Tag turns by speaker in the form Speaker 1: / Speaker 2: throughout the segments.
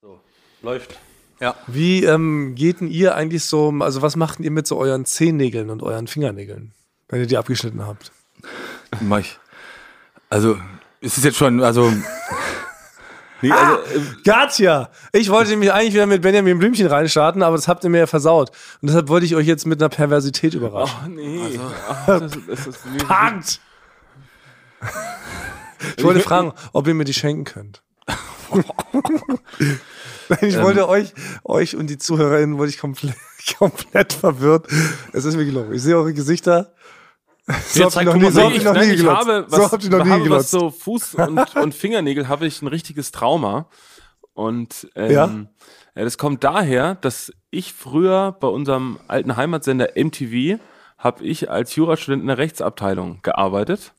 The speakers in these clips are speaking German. Speaker 1: So, läuft.
Speaker 2: Ja. Wie ähm, geht denn ihr eigentlich so, also was macht ihr mit so euren Zehennägeln und euren Fingernägeln, wenn ihr die abgeschnitten habt?
Speaker 3: Mach ich. Also, es ist jetzt schon, also.
Speaker 2: Nee, also,
Speaker 1: äh,
Speaker 2: ah, Gotcha! Ich wollte mich eigentlich wieder mit Benjamin Blümchen reinstarten, aber das habt ihr mir ja versaut. Und deshalb wollte ich euch jetzt mit einer Perversität überraschen.
Speaker 1: Oh nee. Also, oh, das ist, das ist
Speaker 2: Punkt! Ich wollte fragen, ob ihr mir die schenken könnt. Nein, ich wollte ähm, euch, euch und die ZuhörerInnen wollte ich komplett, komplett verwirrt. Es ist mir gelungen. Ich sehe eure Gesichter.
Speaker 1: So habt ihr noch nie, so hab ich, noch nie gelotzt. Habe, was, so habt ihr noch nie habe, gelotzt. Was so Fuß und, und Fingernägel habe ich ein richtiges Trauma. Und ähm, ja? ja? das kommt daher, dass ich früher bei unserem alten Heimatsender MTV habe ich als Jurastudent in der Rechtsabteilung gearbeitet.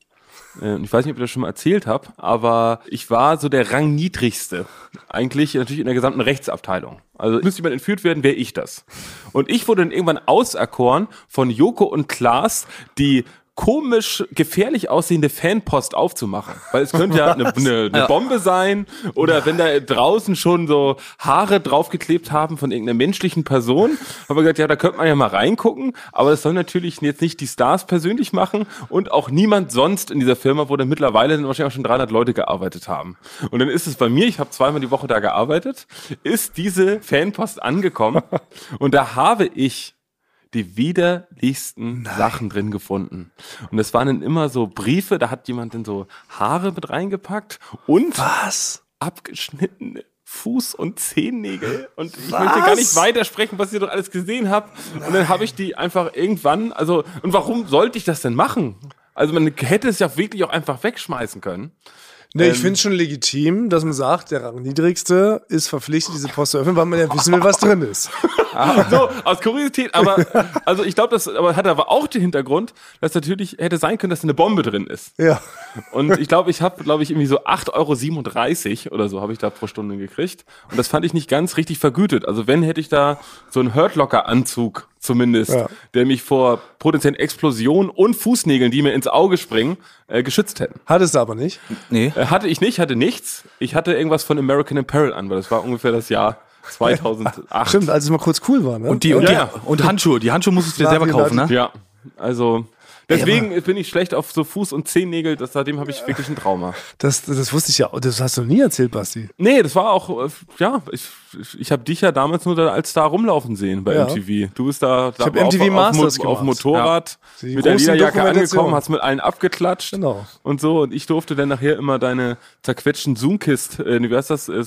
Speaker 1: Äh, Und ich weiß nicht, ob ich das schon mal erzählt habe, aber ich war so der Rangniedrigste. Eigentlich natürlich in der gesamten Rechtsabteilung. Also müsste jemand entführt werden, wäre ich das. Und ich wurde dann irgendwann auserkoren von Joko und Klaas, die komisch gefährlich aussehende Fanpost aufzumachen. Weil es könnte ja eine, eine, eine Bombe sein oder wenn da draußen schon so Haare draufgeklebt haben von irgendeiner menschlichen Person, haben wir gesagt, ja, da könnte man ja mal reingucken, aber das soll natürlich jetzt nicht die Stars persönlich machen und auch niemand sonst in dieser Firma, wo dann mittlerweile dann wahrscheinlich auch schon 300 Leute gearbeitet haben. Und dann ist es bei mir, ich habe zweimal die Woche da gearbeitet, ist diese Fanpost angekommen und da habe ich die widerlichsten Nein. Sachen drin gefunden. Und das waren dann immer so Briefe, da hat jemand dann so Haare mit reingepackt und
Speaker 2: was?
Speaker 1: abgeschnittene Fuß- und Zehennägel. Und ich was? möchte gar nicht weitersprechen, was ihr doch alles gesehen habt. Und dann habe ich die einfach irgendwann, also, und warum sollte ich das denn machen? Also man hätte es ja wirklich auch einfach wegschmeißen können.
Speaker 2: Nee, ähm, ich finde es schon legitim, dass man sagt, der Rangniedrigste ist verpflichtet, diese Post zu öffnen, weil man ja wissen will, was drin ist.
Speaker 1: so, aus Kuriosität, aber also ich glaube, das aber hat aber auch den Hintergrund, dass natürlich hätte sein können, dass eine Bombe drin ist.
Speaker 2: Ja.
Speaker 1: Und ich glaube, ich habe, glaube ich, irgendwie so 8,37 Euro oder so habe ich da pro Stunde gekriegt. Und das fand ich nicht ganz richtig vergütet. Also wenn hätte ich da so einen Hurtlocker-Anzug zumindest, ja. der mich vor potenziellen Explosionen und Fußnägeln, die mir ins Auge springen, äh, geschützt hätten.
Speaker 2: Hattest du aber nicht?
Speaker 1: Nee. Äh, hatte ich nicht, hatte nichts. Ich hatte irgendwas von American Apparel an, weil das war ungefähr das Jahr 2008.
Speaker 2: Stimmt, als es mal kurz cool war, ne?
Speaker 3: Und die, und, ja, die, ja. und Handschuhe, die Handschuhe musstest du dir selber kaufen, ne?
Speaker 1: Ja. Also, Deswegen ja, bin ich schlecht auf so Fuß- und Zehennägel, das, seitdem habe ich wirklich ein Trauma.
Speaker 2: Das, das wusste ich ja, das hast du nie erzählt, Basti.
Speaker 1: Nee, das war auch, äh, ja, ich, ich habe dich ja damals nur da als Star rumlaufen sehen bei ja. MTV. Du bist da,
Speaker 2: da ich hab auf, MTV Masters
Speaker 1: auf, auf, auf Motorrad ja. mit der Lederjacke angekommen, hast mit allen abgeklatscht
Speaker 2: genau.
Speaker 1: und so. Und ich durfte dann nachher immer deine zerquetschten Zoomkist, äh, wie heißt das, äh,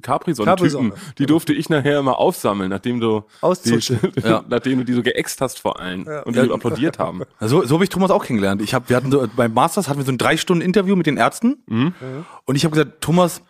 Speaker 1: Capri-Sonne-Typen,
Speaker 2: genau.
Speaker 1: die durfte ich nachher immer aufsammeln, nachdem du
Speaker 2: die,
Speaker 1: ja. nachdem du die so geäxt hast vor allem und die applaudiert haben.
Speaker 3: Also, so habe ich Thomas auch kennengelernt. Ich habe, wir hatten so, beim Masters hatten wir so ein drei Stunden Interview mit den Ärzten mhm. und ich habe gesagt, Thomas,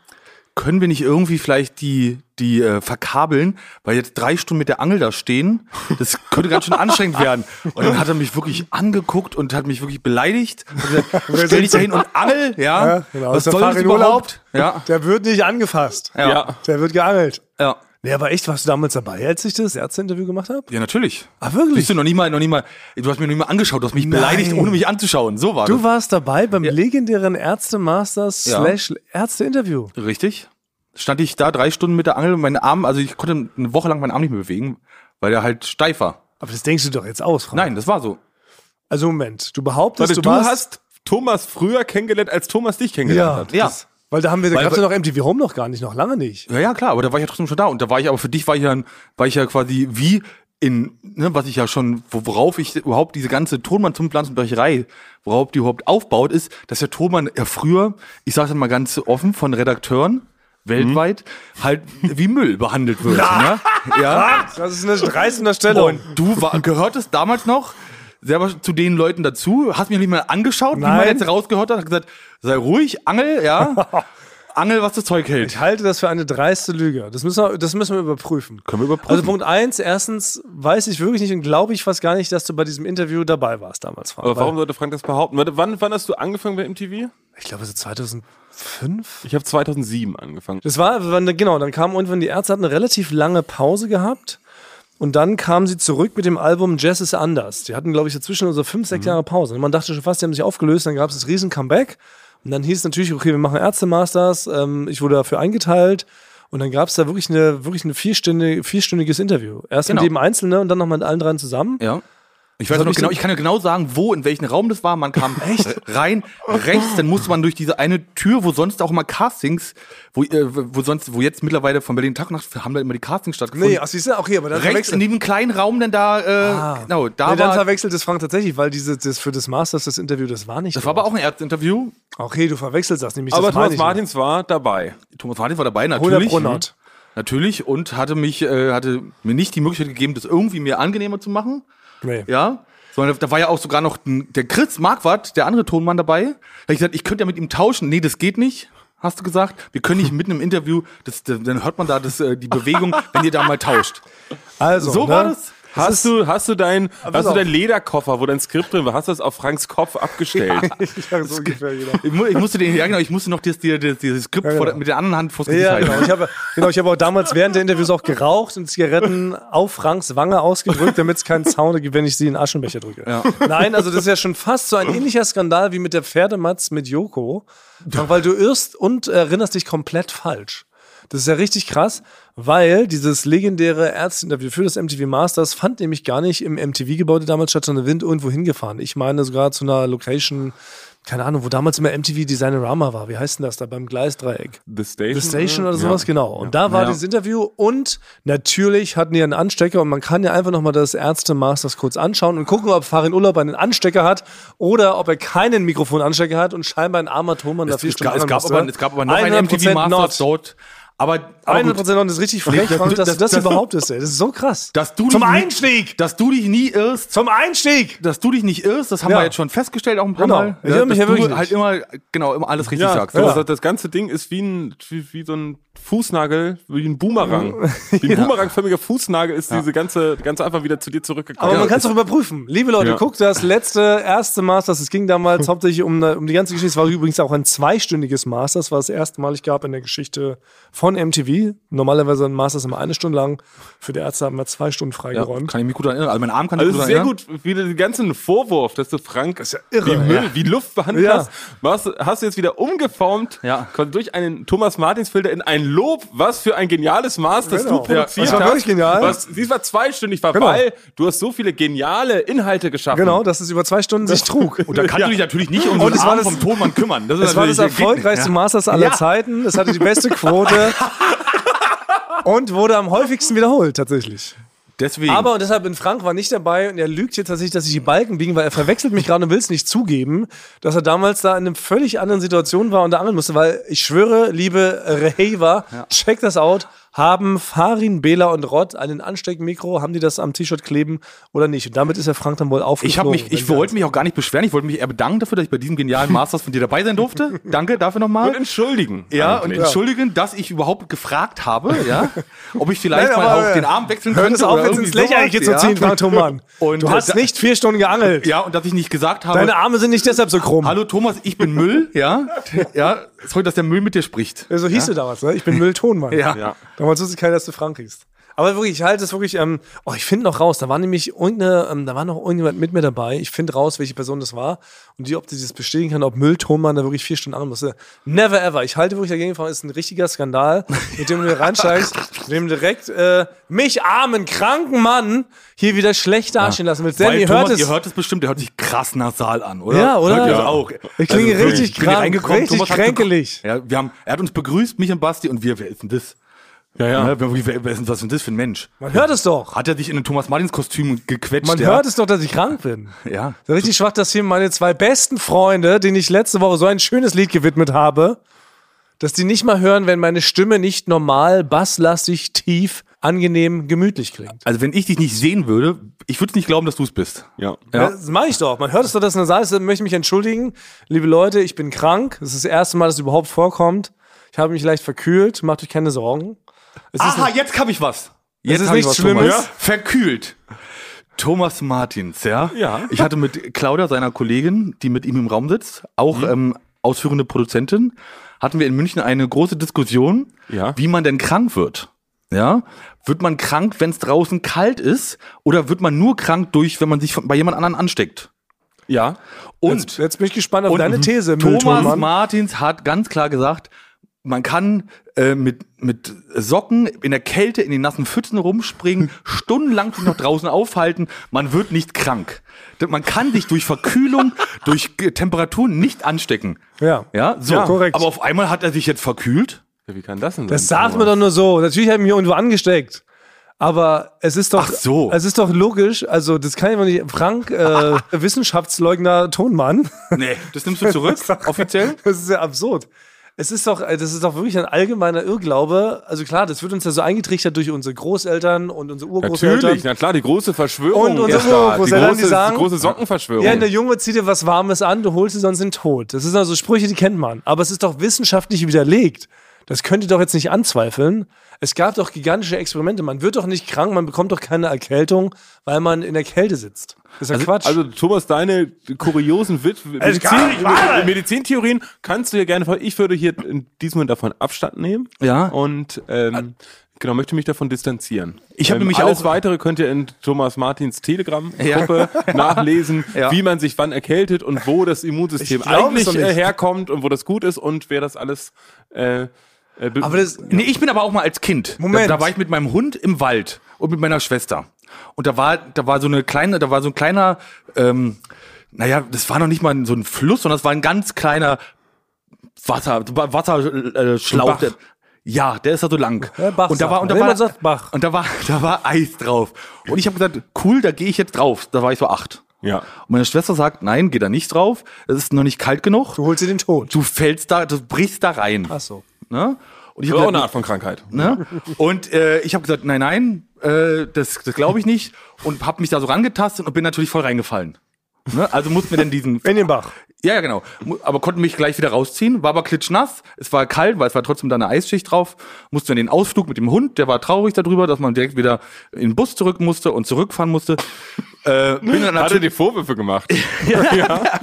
Speaker 3: können wir nicht irgendwie vielleicht die die äh, verkabeln, weil jetzt drei Stunden mit der Angel da stehen, das könnte ganz schön anstrengend werden. Und dann hat er mich wirklich angeguckt und hat mich wirklich beleidigt. Gesagt, stell dich dahin und angel, ja, ja
Speaker 2: genau. was soll das überhaupt? Ja. Der wird nicht angefasst,
Speaker 3: ja. ja.
Speaker 2: der wird geangelt.
Speaker 3: Ja.
Speaker 2: Nee, aber echt, warst du damals dabei, als ich das Ärzteinterview gemacht habe?
Speaker 3: Ja, natürlich.
Speaker 2: Ah, wirklich?
Speaker 3: Bist du noch nie mal, noch nie mal, du hast mich noch nie mal angeschaut, du hast mich Nein. beleidigt, ohne mich anzuschauen. So war
Speaker 2: Du
Speaker 3: das.
Speaker 2: warst dabei beim ja. legendären Ärzte-Masters ja. slash Ärzte-Interview.
Speaker 3: Richtig. Stand ich da drei Stunden mit der Angel und meinen Arm, also ich konnte eine Woche lang meinen Arm nicht mehr bewegen, weil der halt steif war.
Speaker 2: Aber das denkst du doch jetzt aus, Frank.
Speaker 3: Nein, das war so.
Speaker 2: Also Moment, du behauptest, Warte,
Speaker 1: du, du hast Thomas früher kennengelernt, als Thomas dich kennengelernt
Speaker 2: ja. hat. Ja. Weil da haben wir, da gab's ja noch MTV Home noch gar nicht, noch lange nicht.
Speaker 3: Ja, ja, klar, aber da war ich ja trotzdem schon da. Und da war ich aber für dich war ich ja, war ich ja quasi wie in, ne, was ich ja schon, worauf ich überhaupt diese ganze Tonmann zum Pflanzenbrecherei, worauf die überhaupt aufbaut, ist, dass der Tonmann ja früher, ich sage mal ganz offen, von Redakteuren weltweit mhm. halt wie Müll behandelt wird. ne?
Speaker 2: Ja, das ist eine reißende Stellung.
Speaker 3: Und du war, gehörtest damals noch selber zu den Leuten dazu, hast mich nicht mal angeschaut, Nein. wie man jetzt rausgehört hat, hat gesagt, sei ruhig, Angel, ja. Angel, was das Zeug hält.
Speaker 2: Ich halte das für eine dreiste Lüge. Das müssen wir, das müssen wir überprüfen.
Speaker 3: Können wir überprüfen.
Speaker 2: Also Punkt eins, erstens weiß ich wirklich nicht und glaube ich fast gar nicht, dass du bei diesem Interview dabei warst damals,
Speaker 1: Frank. Aber warum sollte Frank das behaupten? Wann, wann hast du angefangen bei MTV?
Speaker 2: Ich glaube, so 2000. 2005?
Speaker 1: Ich habe 2007 angefangen.
Speaker 2: Das war, genau, dann kam irgendwann, die Ärzte hatten eine relativ lange Pause gehabt. Und dann kamen sie zurück mit dem Album Jazz is Anders. Die hatten, glaube ich, dazwischen so fünf,
Speaker 3: Mhm.
Speaker 2: sechs Jahre Pause. Und man dachte schon fast, die haben sich aufgelöst, dann gab es das riesen Comeback. Und dann hieß es natürlich, okay, wir machen Ärzte-Masters. Ähm, ich wurde dafür eingeteilt. Und dann gab es da wirklich eine wirklich ein vierstündige, vierstündiges Interview. Erst mit jedem Einzelnen und dann nochmal mit allen dran zusammen.
Speaker 3: Genau. Ja. Ich weiß noch genau, ich kann ja genau sagen, wo, in welchen Raum das war. Man kam Echt? rein, rechts, dann musste man durch diese eine Tür, wo sonst auch immer Castings, wo, äh, wo sonst, wo jetzt mittlerweile von Berlin Tag und Nacht haben da immer die Castings stattgefunden.
Speaker 2: Nee, also ist ja auch hier, aber dann
Speaker 3: rechts in diesem kleinen Raum denn da, äh, ah. genau, da
Speaker 2: nee, dann verwechselt es Frank tatsächlich, weil diese, das für das Masters das Interview, das war nicht.
Speaker 3: Das dort. war aber auch ein Ärztinterview.
Speaker 2: Okay, du verwechselst das nämlich.
Speaker 1: Aber
Speaker 2: das
Speaker 1: Thomas Martins mehr. war dabei.
Speaker 3: Thomas Martins war dabei, natürlich. Natürlich und hatte mich, äh, hatte mir nicht die Möglichkeit gegeben, das irgendwie mir angenehmer zu machen. Nee. Ja. Sondern da war ja auch sogar noch der Chris Marquardt, der andere Tonmann dabei. Da habe ich gesagt, ich könnte ja mit ihm tauschen. Nee, das geht nicht. Hast du gesagt? Wir können nicht mitten im Interview, das, dann hört man da das, äh, die Bewegung, wenn ihr da mal tauscht.
Speaker 1: Also, so ne? war das. Das hast du, hast du deinen, hast du deinen Lederkoffer, wo dein Skript drin war, hast du das auf Franks Kopf abgestellt?
Speaker 3: ja, ich, so ungefähr jeder. Ich, ich, musste den, ja genau, ich musste noch das, das, das, das Skript ja, genau. der, mit der anderen Hand vors Gesicht
Speaker 2: ja, genau. Ich habe, genau, ich habe auch damals während der Interviews auch geraucht und Zigaretten auf Franks Wange ausgedrückt, damit es keinen Sound gibt, wenn ich sie in Aschenbecher drücke. Ja. Nein, also das ist ja schon fast so ein ähnlicher Skandal wie mit der Pferdematz mit Joko, weil du irrst und erinnerst dich komplett falsch. Das ist ja richtig krass, weil dieses legendäre Ärzteinterview für das MTV Masters fand nämlich gar nicht im MTV-Gebäude damals statt, sondern Wind irgendwo hingefahren. Ich meine sogar zu einer Location, keine Ahnung, wo damals immer MTV Designerama war. Wie heißt denn das da beim Gleisdreieck?
Speaker 1: The Station.
Speaker 2: The Station
Speaker 3: äh,
Speaker 2: oder sowas, ja. genau. Und da war ja. dieses Interview und natürlich hatten die einen Anstecker und man kann ja einfach nochmal das Ärzte-Masters kurz anschauen und gucken, ob Farin Urlaub einen Anstecker hat oder ob er keinen Mikrofonanstecker hat und scheinbar ein armer Thomann
Speaker 3: da
Speaker 2: vier
Speaker 3: Stunden es gab, aber,
Speaker 2: ne?
Speaker 3: es gab aber noch ein MTV Masters dort. Aber, aber
Speaker 2: 100% und ist richtig frech, dass, dass, das, das überhaupt ist, ey. Das ist so krass.
Speaker 3: Dass du
Speaker 2: Zum Einstieg!
Speaker 3: Dass du dich nie irrst.
Speaker 2: Zum Einstieg!
Speaker 3: dass du dich nicht irrst, das haben ja. wir jetzt schon festgestellt, auch ein paar genau. Mal.
Speaker 2: Ich ja, mich ja
Speaker 3: dass
Speaker 2: du
Speaker 3: halt immer, genau, immer alles richtig
Speaker 1: ja,
Speaker 3: sagst.
Speaker 1: Ja. Das, das ganze Ding ist wie, ein, wie, wie so ein Fußnagel, wie ein Boomerang. Wie ein Boomerangförmiger Fußnagel ist diese ganze, ganz einfach wieder zu dir zurückgekommen.
Speaker 2: Aber man kann es doch überprüfen. Liebe Leute, guckt das letzte, erste Masters, es ging damals hauptsächlich um, um die ganze Geschichte. Es war übrigens auch ein zweistündiges Masters, was es erstmalig gab in der Geschichte von MTV. Normalerweise ein Masters immer eine Stunde lang. Für die Ärzte haben wir zwei Stunden freigeräumt. Ja,
Speaker 3: kann ich mich gut erinnern. Also mein Arm kann
Speaker 1: also
Speaker 3: ich gut
Speaker 1: sehr
Speaker 3: erinnern.
Speaker 1: gut, wieder den ganzen Vorwurf, dass du Frank ja irre, wie Müll, ja. wie Luft behandelt ja. hast. Was, hast du jetzt wieder umgeformt
Speaker 3: ja.
Speaker 1: durch einen Thomas Martins Filter in ein Lob. Was für ein geniales Masters genau. du produziert
Speaker 2: hast. Das war wirklich genial.
Speaker 1: Was, dies war zweistündig vorbei. Genau. Du hast so viele geniale Inhalte geschaffen.
Speaker 2: Genau, dass es über zwei Stunden sich trug.
Speaker 3: Und da kannst du dich natürlich nicht um den
Speaker 2: Arm
Speaker 3: das, vom Tonmann kümmern.
Speaker 2: Das, das war das erfolgreichste Masters aller Zeiten. Es hatte die beste Quote. und wurde am häufigsten wiederholt, tatsächlich.
Speaker 3: Deswegen.
Speaker 2: Aber und deshalb bin Frank war nicht dabei und er lügt jetzt tatsächlich, dass ich die Balken biegen, weil er verwechselt mich gerade und will es nicht zugeben, dass er damals da in einer völlig anderen Situation war und da angeln musste, weil ich schwöre, liebe Rehaver, ja. check das out. Haben Farin, Bela und Rod einen Ansteckmikro? Haben die das am T-Shirt kleben oder nicht? Und damit ist der Frank dann wohl aufgeflogen.
Speaker 3: Ich, hab mich, ich wollte mich auch gar nicht beschweren. Ich wollte mich eher bedanken dafür, dass ich bei diesem genialen Masters von dir dabei sein durfte. Danke dafür nochmal.
Speaker 1: Und entschuldigen.
Speaker 3: Ja, eigentlich. und entschuldigen, dass ich überhaupt gefragt habe, ja, ob ich vielleicht Nein, mal auf den Arm wechseln könnte.
Speaker 2: Das auf, jetzt ins Lächerliche zu ziehen, Frank Thomann. Und du hast nicht vier Stunden geangelt.
Speaker 3: Ja, und dass ich nicht gesagt habe.
Speaker 2: Deine Arme sind nicht deshalb so krumm.
Speaker 3: Hallo Thomas, ich bin Müll, ja. Ja, sorry, dass der Müll mit dir spricht.
Speaker 2: So hieß
Speaker 3: ja?
Speaker 2: du damals, ne? Ich bin Müll Tonmann.
Speaker 3: ja. ja.
Speaker 2: Damals wusste keiner, dass du Frank hieß. Aber wirklich, ich halte es wirklich, ähm, oh, ich finde noch raus, da war nämlich irgendeine, ähm, da war noch irgendjemand mit mir dabei. Ich finde raus, welche Person das war und die, ob die das bestätigen kann, ob Mülltonmann da wirklich vier Stunden an musste. Never ever. Ich halte wirklich dagegen, ist ein richtiger Skandal, mit dem du reinsteigst, mit dem direkt äh, mich armen, kranken Mann hier wieder schlecht dastehen lassen willst. Denn
Speaker 3: ihr hört es. Ihr hört es bestimmt, der hört sich krass nasal an, oder?
Speaker 2: Ja, oder?
Speaker 3: Hört ja. auch.
Speaker 2: Ich klinge also, richtig krank, richtig kränkelig.
Speaker 3: Ja, wir haben, er hat uns begrüßt, mich und Basti und wir, wer ist denn das? Ne,
Speaker 1: Ja, ja.
Speaker 3: Wer, wer ist, was ist das für ein Mensch?
Speaker 2: Man hört es doch.
Speaker 3: Hat er dich in ein Thomas Martins Kostüm gequetscht?
Speaker 2: Man
Speaker 3: ja?
Speaker 2: hört es doch, dass ich krank bin.
Speaker 3: Ja.
Speaker 2: So richtig schwach, dass hier meine zwei besten Freunde, denen ich letzte Woche so ein schönes Lied gewidmet habe, dass die nicht mal hören, wenn meine Stimme nicht normal, basslastig, tief, angenehm, gemütlich klingt.
Speaker 3: Also wenn ich dich nicht sehen würde, ich würde nicht glauben, dass du es bist.
Speaker 1: Ja.
Speaker 2: ja. Das mache ich doch. Man hört es doch, dass eine Saal ist. Ich möchte mich entschuldigen. Liebe Leute, ich bin krank. Das ist das erste Mal, dass es überhaupt vorkommt. Ich habe mich leicht verkühlt. Macht euch keine Sorgen.
Speaker 3: Es Aha, nicht, jetzt habe ich was. Jetzt
Speaker 2: ist es nichts Schlimmes. Ja?
Speaker 3: Verkühlt. Thomas Martins, ja?
Speaker 2: Ja.
Speaker 3: Ich hatte mit Claudia, seiner Kollegin, die mit ihm im Raum sitzt, auch mhm. ähm, ausführende Produzentin, hatten wir in München eine große Diskussion,
Speaker 1: ja.
Speaker 3: wie man denn krank wird. Ja, wird man krank, wenn es draußen kalt ist, oder wird man nur krank durch, wenn man sich von, bei jemand anderen ansteckt?
Speaker 1: Ja.
Speaker 3: Und
Speaker 2: jetzt, jetzt bin ich gespannt auf deine These.
Speaker 3: Thomas Müllton, Martins hat ganz klar gesagt, man kann äh, mit, mit Socken in der Kälte in den nassen Pfützen rumspringen, stundenlang sich noch draußen aufhalten, man wird nicht krank. Man kann sich durch Verkühlung, durch äh, Temperaturen nicht anstecken.
Speaker 2: Ja.
Speaker 3: Ja, so.
Speaker 2: Ja, korrekt.
Speaker 3: Aber auf einmal hat er sich jetzt verkühlt.
Speaker 1: Ja, wie kann das denn sein?
Speaker 2: Das sagt man doch nur so. Natürlich hat er mich irgendwo angesteckt. Aber es ist doch,
Speaker 3: Ach so.
Speaker 2: es ist doch logisch. Also das kann ich mir nicht. Frank, äh, Wissenschaftsleugner Tonmann.
Speaker 3: Nee, das nimmst du zurück, offiziell?
Speaker 2: Das ist ja absurd. Es ist doch, das ist doch wirklich ein allgemeiner Irrglaube. Also klar, das wird uns ja so eingetrichtert durch unsere Großeltern und unsere Urgroßeltern.
Speaker 1: Natürlich, na klar, die große Verschwörung.
Speaker 2: Und unsere Urgroßeltern,
Speaker 1: die, große, sagen, die große Sockenverschwörung.
Speaker 2: Ja, der Junge zieht dir was Warmes an, du holst sie sonst in den Tod. Das sind also Sprüche, die kennt man. Aber es ist doch wissenschaftlich widerlegt. Das könnt ihr doch jetzt nicht anzweifeln. Es gab doch gigantische Experimente. Man wird doch nicht krank, man bekommt doch keine Erkältung, weil man in der Kälte sitzt. Das ist ja
Speaker 1: also,
Speaker 2: Quatsch.
Speaker 1: Also Thomas, deine kuriosen Wit Medizin,
Speaker 2: wahr,
Speaker 1: Medizintheorien kannst du hier gerne, ich würde hier in diesem Moment davon Abstand nehmen.
Speaker 3: Ja.
Speaker 1: Und ähm, Genau, möchte mich davon distanzieren.
Speaker 3: Ich habe ähm, nämlich
Speaker 1: alles
Speaker 3: auch
Speaker 1: weitere könnt ihr in Thomas Martins Telegram-Gruppe ja. nachlesen, ja. wie man sich wann erkältet und wo das Immunsystem
Speaker 2: glaub,
Speaker 1: eigentlich
Speaker 2: das doch
Speaker 1: äh,
Speaker 2: nicht.
Speaker 1: herkommt und wo das gut ist und wer das alles äh, äh, be-
Speaker 3: Aber das, nee, ich bin aber auch mal als Kind.
Speaker 2: Moment.
Speaker 3: Da, da war ich mit meinem Hund im Wald und mit meiner Schwester. Und da war, da war so eine kleine, da war so ein kleiner, ähm, naja, das war noch nicht mal so ein Fluss, sondern das war ein ganz kleiner Wasser, Wasserschlauch.
Speaker 1: Bach.
Speaker 3: der- ja, der ist da so lang.
Speaker 2: Ja, Bach
Speaker 3: und da war,
Speaker 2: sagt
Speaker 3: und da
Speaker 2: man.
Speaker 3: war,
Speaker 2: Wilma sagt Bach.
Speaker 3: und da war, da war Eis drauf. Und ich habe gesagt, cool, da gehe ich jetzt drauf. Da war ich so acht.
Speaker 1: Ja.
Speaker 3: Und meine Schwester sagt, nein, geh da nicht drauf. Es ist noch nicht kalt genug.
Speaker 2: Du holst dir den Tod.
Speaker 3: Du fällst da, du brichst da rein.
Speaker 2: Ach so.
Speaker 3: Ne? Und ich
Speaker 1: Das ist auch Genau,
Speaker 3: hab gesagt,
Speaker 1: eine Art von Krankheit.
Speaker 3: Ne? Und äh, ich habe gesagt, nein, nein, äh, das, das glaube ich nicht. Und habe mich da so rangetastet und bin natürlich voll reingefallen. Ne? Also mussten wir dann diesen.
Speaker 2: In den Bach.
Speaker 3: Ja, ja, genau. Mu- Aber konnten mich gleich wieder rausziehen. War aber klitschnass. Es war kalt, weil es war trotzdem da eine Eisschicht drauf. Mussten wir in den Ausflug mit dem Hund. Der war traurig darüber, dass man direkt wieder in den Bus zurück musste und zurückfahren musste. äh, bin dann
Speaker 1: Hat er
Speaker 3: natürlich.
Speaker 1: dir Vorwürfe gemacht?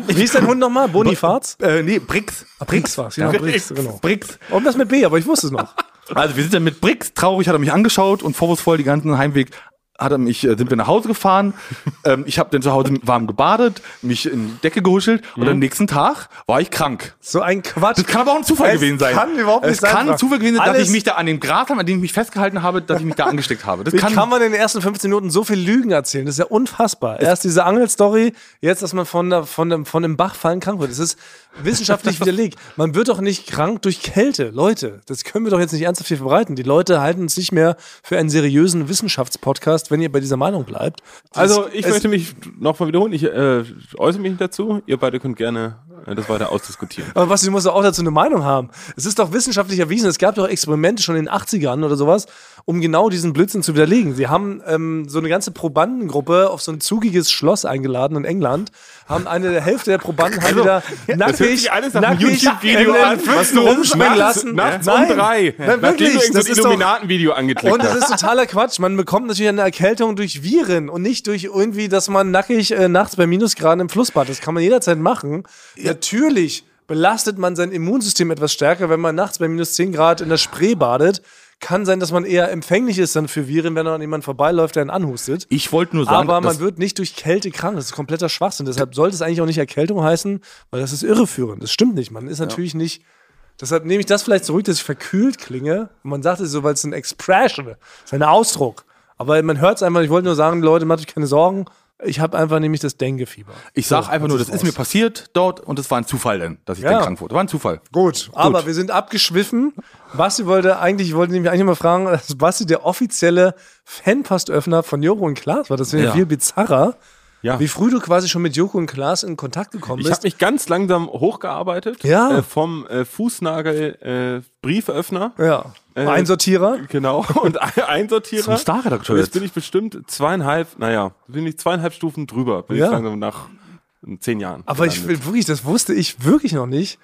Speaker 2: Wie ist dein Hund nochmal? Bonifaz?
Speaker 3: Äh, nee, Brix.
Speaker 2: Brix war's, ja, Brix, genau.
Speaker 3: Brix.
Speaker 2: Und das mit B, aber ich wusste es noch.
Speaker 3: Also wir sind dann mit Bricks, traurig hat er mich angeschaut und vorwurfsvoll die ganzen Heimweg hat er mich, äh, sind wir nach Hause gefahren. ähm, ich habe dann zu Hause warm gebadet, mich in die Decke gehuschelt und am nächsten Tag war ich krank.
Speaker 2: So ein Quatsch.
Speaker 3: Das kann aber auch ein Zufall
Speaker 2: Mhm. Es
Speaker 3: gewesen sein.
Speaker 2: kann überhaupt nicht
Speaker 3: es
Speaker 2: sein,
Speaker 3: kann ein
Speaker 2: Frank.
Speaker 3: Zufall gewesen sein, dass
Speaker 2: Alles-
Speaker 3: ich mich da an dem Grat habe, an dem ich mich festgehalten habe, dass ich mich da angesteckt habe. Das
Speaker 2: Wie
Speaker 3: kann,
Speaker 2: kann, man in den ersten 15 Minuten so viel Lügen erzählen? Das ist ja unfassbar. Erst diese Angelstory, jetzt, dass man von, der, von, dem, von dem Bach fallen krank wird. Das ist wissenschaftlich widerlegt. Man wird doch nicht krank durch Kälte. Leute, das können wir doch jetzt nicht ernsthaft hier verbreiten. Die Leute halten uns nicht mehr für einen seriösen Wissenschaftspodcast, wenn ihr bei dieser Meinung bleibt.
Speaker 1: Also
Speaker 2: Es-
Speaker 1: ich
Speaker 2: es-
Speaker 1: möchte mich nochmal wiederholen. Ich äh, äußere mich dazu. Ihr beide könnt gerne äh, das weiter ausdiskutieren.
Speaker 2: Aber was, du musst doch auch dazu eine Meinung haben. Es ist doch wissenschaftlich erwiesen, es gab doch Experimente schon in den 80ern oder sowas, um genau diesen Blödsinn zu widerlegen. Sie haben ähm, so eine ganze Probandengruppe auf so ein zugiges Schloss eingeladen in England, haben eine der Hälfte der Probanden haben wieder
Speaker 1: Also, Das hört
Speaker 2: nackig,
Speaker 1: sich alles nach einem
Speaker 2: nackig
Speaker 1: YouTube-Video
Speaker 2: in den
Speaker 1: an, was
Speaker 2: Pfützen
Speaker 1: du
Speaker 2: rumschwimmen
Speaker 1: rumschmecken
Speaker 2: lassen.
Speaker 1: lassen. Nachts
Speaker 2: Nein.
Speaker 1: um drei.
Speaker 2: Nein,
Speaker 1: Nachdem du
Speaker 2: wirklich,
Speaker 1: irgend
Speaker 2: das
Speaker 1: so ein
Speaker 2: ist doch...
Speaker 1: Illuminaten-Video angeklickt
Speaker 2: Und das
Speaker 1: hast.
Speaker 2: ist totaler Quatsch. Man bekommt natürlich eine Erkältung durch Viren und nicht durch irgendwie, dass man nackig äh, nachts bei Minusgraden im Flussbad. Das kann man jederzeit machen. Natürlich belastet man sein Immunsystem etwas stärker, wenn man nachts bei minus 10 Grad in der Spree badet. Kann sein, dass man eher empfänglich ist dann für Viren, wenn man an jemanden vorbeiläuft, der einen anhustet.
Speaker 3: ich wollte nur sagen,
Speaker 2: Aber man
Speaker 3: dass,
Speaker 2: wird nicht durch Kälte krank. Das ist kompletter Schwachsinn. Deshalb sollte es eigentlich auch nicht Erkältung heißen, weil das ist irreführend. Das stimmt nicht. Man ist natürlich nicht. Deshalb nehme ich das vielleicht zurück, dass ich verkühlt klinge. Und man sagt es so, weil es ein Expression ist. Es ist ein Ausdruck. Aber man hört es einfach. Ich wollte nur sagen, Leute, macht euch keine Sorgen. Ich habe einfach nämlich das Dengue-Fieber.
Speaker 3: ich sage
Speaker 2: So,
Speaker 3: einfach nur, das ist
Speaker 2: raus.
Speaker 3: mir passiert dort und das war ein Zufall dann, dass ich
Speaker 2: Ja.
Speaker 3: dann krank wurde. War ein Zufall.
Speaker 2: Gut, aber wir sind abgeschwiffen. Basti wollte eigentlich, ich wollte nämlich eigentlich mal fragen, dass Basti der offizielle Fanpostöffner von Joko und Klaas war. Das wäre ja.
Speaker 3: Ja.
Speaker 2: viel bizarrer.
Speaker 1: Ja.
Speaker 2: Wie früh du quasi schon mit Joko und Klaas in Kontakt gekommen
Speaker 1: Ich habe
Speaker 2: bist.
Speaker 1: mich ganz langsam hochgearbeitet
Speaker 2: Ja.
Speaker 1: äh, vom äh, Fußnagel äh, Brieföffner.
Speaker 2: ja.
Speaker 1: Äh,
Speaker 2: Einsortierer.
Speaker 1: Genau. Und ein- Einsortierer.
Speaker 3: Zum Starredakteur
Speaker 1: Und Jetzt
Speaker 3: jetzt.
Speaker 1: bin ich bestimmt zweieinhalb, naja, bin ich zweieinhalb Stufen drüber. Bin
Speaker 2: Ja.
Speaker 1: ich langsam nach zehn Jahren.
Speaker 2: Aber ich will wirklich, das wusste ich wirklich noch nicht,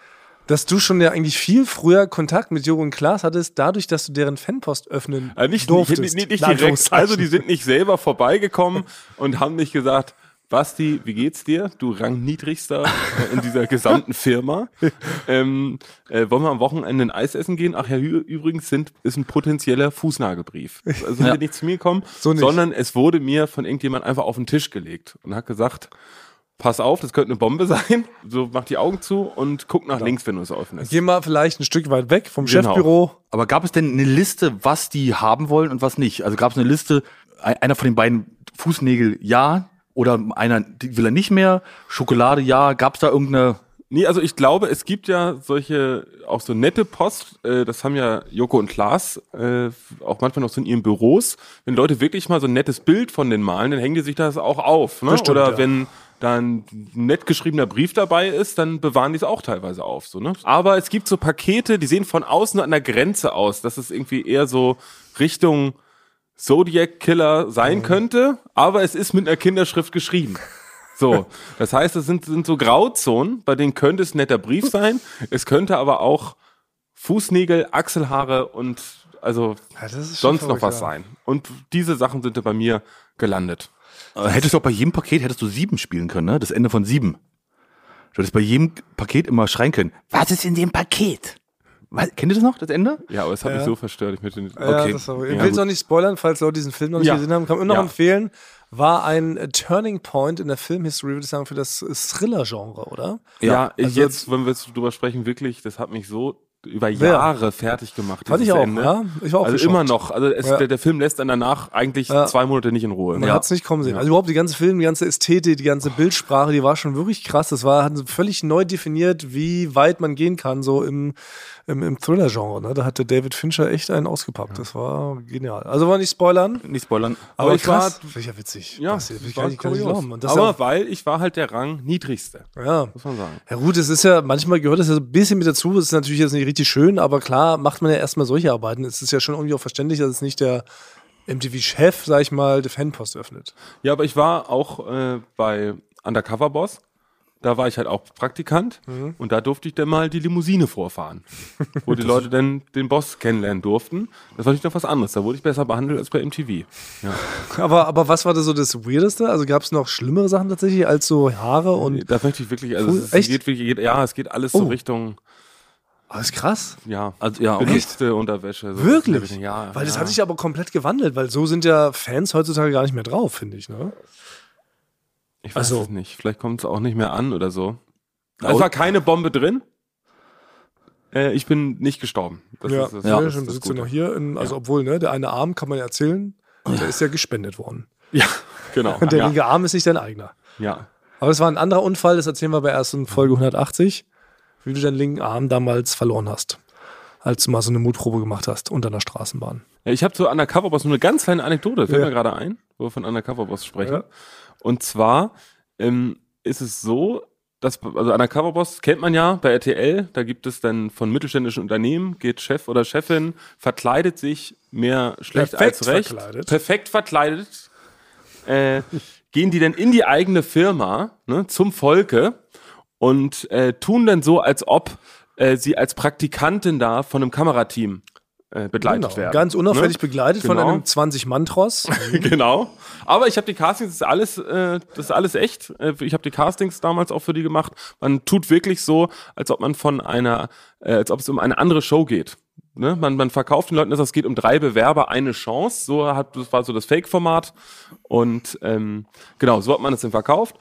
Speaker 2: dass du schon ja eigentlich viel früher Kontakt mit Joko und Klaas hattest, dadurch, dass du deren Fanpost öffnen
Speaker 1: Also nicht,
Speaker 2: durftest.
Speaker 1: nicht, nicht,
Speaker 2: In
Speaker 1: nicht direkt.
Speaker 2: Anführungszeichen.
Speaker 1: Also die sind nicht selber vorbeigekommen und haben nicht gesagt, Basti, wie geht's dir? Du rangniedrigster äh, in dieser gesamten Firma. Ähm, äh, wollen wir am Wochenende ein Eis essen gehen? Ach ja, ü- übrigens sind, ist ein potenzieller Fußnagelbrief. Also sind die nicht zu mir gekommen,
Speaker 2: So nicht.
Speaker 1: sondern es wurde mir von irgendjemand einfach auf den Tisch gelegt und hat gesagt, pass auf, das könnte eine Bombe sein. So mach die Augen zu und guck nach genau. links, wenn du es öffnest.
Speaker 2: Geh mal vielleicht ein Stück weit weg vom genau. Chefbüro.
Speaker 3: Aber gab es denn eine Liste, was die haben wollen und was nicht? Also gab es eine Liste, einer von den beiden Fußnägel ja oder einer die will er nicht mehr, Schokolade ja, gab es da irgendeine
Speaker 1: Nee, also ich glaube, es gibt ja solche, auch so nette Post, äh, das haben ja Joko und Klaas äh, auch manchmal noch so in ihren Büros. Wenn Leute wirklich mal so ein nettes Bild von denen malen, dann hängen die sich das auch auf. Ne? Bestimmt, Oder ja. wenn da ein nett geschriebener Brief dabei ist, dann bewahren die es auch teilweise auf. So, ne? Aber es gibt so Pakete, die sehen von außen an der Grenze aus. Das ist irgendwie eher so Richtung Zodiac Killer sein mhm. könnte, aber es ist mit einer Kinderschrift geschrieben. So, das heißt, es sind, sind so Grauzonen, bei denen könnte es ein netter Brief sein, es könnte aber auch Fußnägel, Achselhaare und also ja, sonst noch was sein. Und diese Sachen sind da bei mir gelandet.
Speaker 3: Also, hättest du auch bei jedem Paket hättest du sieben spielen können, ne? Das Ende von sieben. Du hättest bei jedem Paket immer schreien können. Was ist in dem Paket? Was, kennt ihr das noch, das Ende?
Speaker 1: Ja, aber es hat ja. mich so verstört. Ich möchte nicht.
Speaker 2: Okay. Ja, das war, ich will es auch nicht spoilern, falls Leute diesen Film noch nicht ja. gesehen haben. Kann man immer noch empfehlen. War ein Turning Point in der Filmhistory, würde ich sagen, für das Thriller-Genre, oder?
Speaker 1: Ja, also, jetzt, wenn wir drüber sprechen, wirklich, das hat mich so über Jahre fertig gemacht.
Speaker 2: Fand ich auch, Ende. ja. Ich war auch
Speaker 1: Also geschockt. immer noch. Also es, der, der, Film lässt dann danach eigentlich zwei Monate nicht in Ruhe.
Speaker 2: Man hat es nicht kommen sehen. Also überhaupt die ganze Film, die ganze Ästhetik, die ganze Bildsprache, die war schon wirklich krass. Das war hat völlig neu definiert, wie weit man gehen kann, so im im, im Thriller-Genre. Ne? Da hatte David Fincher echt einen ausgepackt. Das war genial. Also wollen nicht spoilern.
Speaker 1: Nicht spoilern.
Speaker 2: Aber, aber ich krass.
Speaker 1: war. Ja, witzig.
Speaker 2: Ja, das ich war
Speaker 1: kann nicht glauben. aber ja weil ich war halt der Rang niedrigste.
Speaker 2: Ja. Muss man sagen. Ja, gut, es ist ja, manchmal gehört das ja so ein bisschen mit dazu. Das ist natürlich jetzt nicht richtig schön, aber klar macht man ja erstmal solche Arbeiten. Es ist ja schon irgendwie auch verständlich, dass es nicht der. MTV-Chef, sag ich mal, die Fanpost öffnet.
Speaker 1: Ja, aber ich war auch äh, bei Undercover Boss da war ich halt auch Praktikant mhm. und da durfte ich dann mal die Limousine vorfahren, wo die Leute dann den Boss kennenlernen durften. Das war nicht noch was anderes, da wurde ich besser behandelt als bei MTV.
Speaker 2: Ja. Aber, aber was war da so das Weirdeste? Also gab es noch schlimmere Sachen tatsächlich als so Haare und.
Speaker 1: Da möchte ich wirklich, also es echt? geht wirklich, ja, es geht alles oh. so Richtung.
Speaker 2: Das Ah, ist krass.
Speaker 1: Ja, also ja,
Speaker 2: Benutze
Speaker 1: Unterwäsche.
Speaker 2: So Wirklich? Ja, weil das ja. hat sich aber komplett gewandelt, weil so sind ja Fans heutzutage gar nicht mehr drauf, finde ich. Ne?
Speaker 1: Ich weiß also. es nicht. Vielleicht kommt es auch nicht mehr an oder so. Also es war keine Bombe drin. Äh, ich bin nicht gestorben.
Speaker 2: Das ja, ist, das ja. Ist, das sitzt ja noch hier. In, also ja. obwohl, ne, der eine Arm kann man ja erzählen, der ist ja gespendet worden.
Speaker 1: Ja, genau.
Speaker 2: der
Speaker 1: ja.
Speaker 2: linke Arm ist nicht dein eigener.
Speaker 1: Ja.
Speaker 2: Aber es war ein anderer Unfall, das erzählen wir bei ersten Folge 180, wie du deinen linken Arm damals verloren hast als du mal so eine Mutprobe gemacht hast unter einer Straßenbahn.
Speaker 1: Ja, ich habe zu Undercover Boss nur eine ganz kleine Anekdote, fällt ja. mir gerade ein, wo wir von Undercover Boss sprechen. Ja. Und zwar ähm, ist es so, dass, also Undercover Boss kennt man ja bei RTL, da gibt es dann von mittelständischen Unternehmen, geht Chef oder Chefin, verkleidet sich mehr schlecht
Speaker 2: Perfekt
Speaker 1: als recht.
Speaker 2: Verkleidet.
Speaker 1: Perfekt verkleidet. Äh, gehen die dann in die eigene Firma, ne, zum Volke und äh, tun dann so, als ob äh, sie als Praktikantin da von einem Kamerateam äh, begleitet
Speaker 2: genau.
Speaker 1: werden.
Speaker 2: Ganz unauffällig ne? begleitet genau. von einem 20-Mann-Tross.
Speaker 1: genau. Aber ich habe die Castings, das ist alles, äh, das ist alles echt. Äh, ich habe die Castings damals auch für die gemacht. Man tut wirklich so, als ob man von einer, äh, als ob es um eine andere Show geht. Ne? Man, man verkauft den Leuten, dass es geht um drei Bewerber, eine Chance. So hat, das war so das Fake-Format. Und ähm, genau, so hat man es dann verkauft.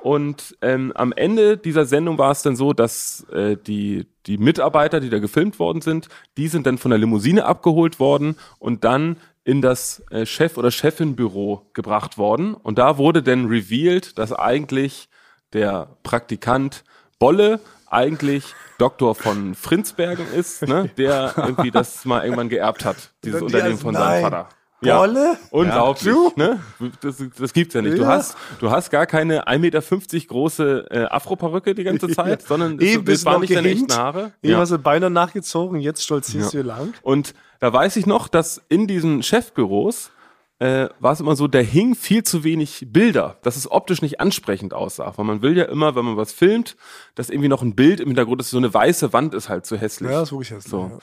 Speaker 1: Und ähm, am Ende dieser Sendung war es dann so, dass äh, die, die Mitarbeiter, die da gefilmt worden sind, die sind dann von der Limousine abgeholt worden und dann in das äh, Chef- oder Chefinbüro gebracht worden. Und da wurde dann revealed, dass eigentlich der Praktikant Bolle eigentlich Doktor von Frinsbergen ist, ne? der irgendwie das mal irgendwann geerbt hat, dieses die Unternehmen von seinem nein. Vater.
Speaker 2: Ja. Bolle?
Speaker 1: Unglaublich, ja, ne? Das, das gibt's ja nicht. Ja. Du hast, du hast gar keine 1,50 Meter große äh, Afro-Perücke die ganze Zeit, sondern
Speaker 2: Eben
Speaker 1: das, das
Speaker 2: waren nicht deine echten
Speaker 1: Haare.
Speaker 2: Eben ja. hast du beinahe nachgezogen, jetzt stolzierst ja. du lang.
Speaker 1: Und da weiß ich noch, dass in diesen Chefbüros äh, war es immer so, da hing viel zu wenig Bilder, dass es optisch nicht ansprechend aussah. Weil man will ja immer, wenn man was filmt, dass irgendwie noch ein Bild im Hintergrund ist. So eine weiße Wand ist halt so hässlich.
Speaker 2: Ja, das ist wirklich hässlich.
Speaker 1: So.
Speaker 2: Ja.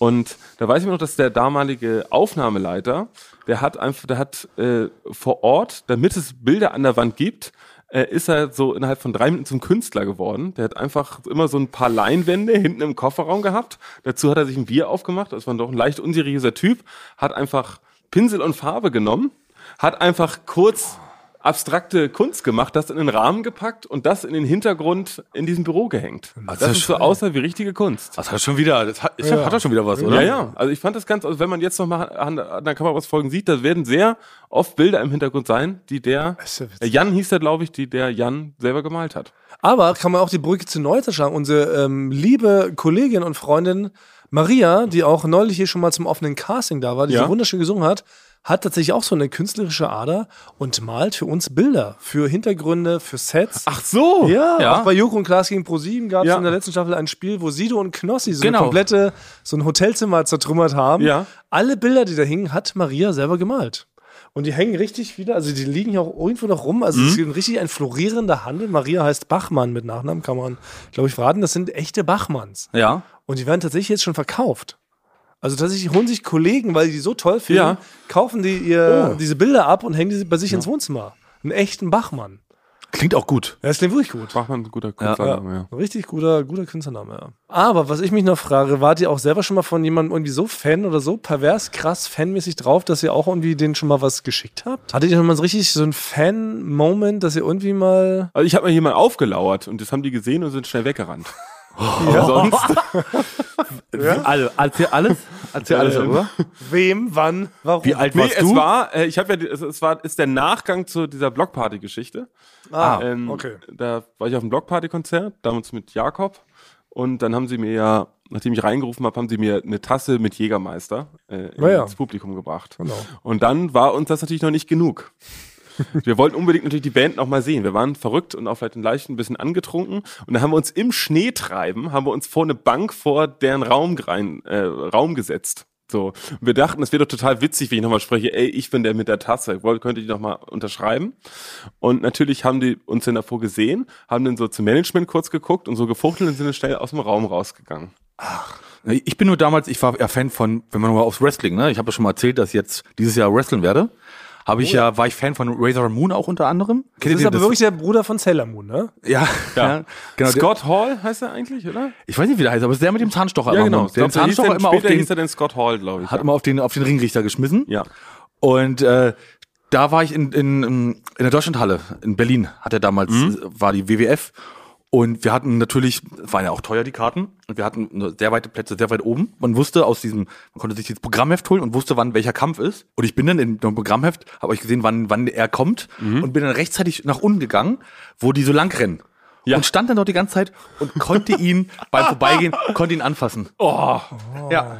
Speaker 1: Und da weiß ich noch, dass der damalige Aufnahmeleiter, der hat einfach, der hat äh, vor Ort, damit es Bilder an der Wand gibt, äh, ist er so innerhalb von drei Minuten zum Künstler geworden. Der hat einfach immer so ein paar Leinwände hinten im Kofferraum gehabt. Dazu hat er sich ein Bier aufgemacht. Das war doch ein leicht unseriöser Typ. Hat einfach Pinsel und Farbe genommen, hat einfach kurz abstrakte Kunst gemacht, das in den Rahmen gepackt und das in den Hintergrund in diesem Büro gehängt. das, das ist so außer wie richtige Kunst.
Speaker 3: Das hat schon wieder, das hat, ja. hat das schon wieder was,
Speaker 1: Ja,
Speaker 3: oder?
Speaker 1: ja. Also ich fand das ganz, also wenn man jetzt noch mal an, an der Kamera was folgen sieht, da werden sehr oft Bilder im Hintergrund sein, die der ja Jan hieß der, glaube ich, die der Jan selber gemalt hat.
Speaker 2: Aber kann man auch die Brücke zu Neute schlagen? Unsere ähm, liebe Kollegin und Freundin Maria, die auch neulich hier schon mal zum offenen Casting da war, die ja. so wunderschön gesungen hat, hat tatsächlich auch so eine künstlerische Ader und malt für uns Bilder, für Hintergründe, für Sets.
Speaker 3: Ach so!
Speaker 2: Ja, ja. auch Oh. bei Joko und Klaas gegen ProSieben gab es ja. in der letzten Staffel ein Spiel, wo Sido und Knossi so genau. eine komplette, so ein Hotelzimmer zertrümmert haben. Ja. Alle Bilder, die da hingen, hat Maria selber gemalt. Und die hängen richtig wieder, also die liegen ja auch irgendwo noch rum. Also es mhm. ist richtig ein florierender Handel. Maria heißt Bachmann mit Nachnamen, kann man, glaube ich, verraten. Das sind echte Bachmanns.
Speaker 3: Ja.
Speaker 2: Und die werden tatsächlich jetzt schon verkauft. Also tatsächlich holen sich Kollegen, weil die die so toll finden, ja. kaufen die ihr, oh. diese Bilder ab und hängen die bei sich ja. ins Wohnzimmer. Einen echten Bachmann.
Speaker 3: Klingt auch gut.
Speaker 2: Ja, das klingt wirklich gut.
Speaker 1: Bachmann, guter Künstlername, ja.
Speaker 2: ja. Richtig guter, guter Künstlername, ja. Aber was ich mich noch frage, wart ihr auch selber schon mal von jemandem irgendwie so Fan oder so pervers krass fanmäßig drauf, dass ihr auch irgendwie denen schon mal was geschickt habt? Hattet ihr schon mal so richtig so einen Fan-Moment, dass ihr irgendwie mal.
Speaker 1: Also ich habe mal jemanden aufgelauert und das haben die gesehen und sind schnell weggerannt. Oh, ja. Sonst.
Speaker 3: ja? Ähm, Also, erzähl alles, erzähl alles darüber.
Speaker 2: Wem, wann, warum?
Speaker 1: Wie alt nee, warst du? Es war, äh, ich habe ja, es, es, war, ist der Nachgang zu dieser Blockparty-Geschichte.
Speaker 2: Ah, ähm, okay.
Speaker 1: Da war ich auf einem Blockparty-Konzert, damals mit Jakob. Und dann haben sie mir ja, nachdem ich reingerufen habe, haben sie mir eine Tasse mit Jägermeister äh, ja. ins Publikum gebracht. Genau. Und dann war uns das natürlich noch nicht genug. wir wollten unbedingt natürlich die Band noch mal sehen. Wir waren verrückt und auch vielleicht den Leichen ein bisschen angetrunken. Und dann haben wir uns im Schneetreiben, haben wir uns vor eine Bank vor deren Raum, rein, äh, Raum gesetzt. So. Und wir dachten, es wäre doch total witzig, wenn ich nochmal spreche, ey, ich bin der mit der Tasse, Wollt, könnt ihr die nochmal unterschreiben? Und natürlich haben die uns dann davor gesehen, haben dann so zum Management kurz geguckt und so gefuchtelt und sind dann schnell aus dem Raum rausgegangen.
Speaker 3: Ach. Ich bin nur damals, ich war ja Fan von, wenn man mal aufs Wrestling, ne? Ich habe ja schon mal erzählt, dass ich jetzt dieses Jahr wrestlen werde. Habe ich oh, ja, war ich Fan von Razor Moon auch unter anderem.
Speaker 2: Kennt das ist aber das? wirklich der Bruder von Sailor Moon, ne?
Speaker 3: Ja, ja. ja
Speaker 1: genau. Scott Hall heißt er eigentlich, oder?
Speaker 3: Ich weiß nicht, wie der heißt, aber ist der mit dem Zahnstocher.
Speaker 1: Ja, genau.
Speaker 3: Der glaub, Zahnstocher
Speaker 1: immer auf den, hieß er den Scott Hall, glaube ich.
Speaker 3: Hat ja. immer auf den, auf den Ringrichter geschmissen.
Speaker 1: Ja.
Speaker 3: Und äh, da war ich in, in, in der Deutschlandhalle in Berlin, hat er damals, mhm. war die WWF. Und wir hatten natürlich, waren ja auch teuer die Karten, und wir hatten sehr weite Plätze, sehr weit oben. Man wusste aus diesem, man konnte sich dieses Programmheft holen und wusste, wann welcher Kampf ist. Und ich bin dann in dem Programmheft, habe ich gesehen, wann, wann er kommt mhm. und bin dann rechtzeitig nach unten gegangen, wo die so lang rennen. Ja. Und stand dann dort die ganze Zeit und konnte ihn beim Vorbeigehen, konnte ihn anfassen.
Speaker 1: Oh.
Speaker 3: oh. Ja.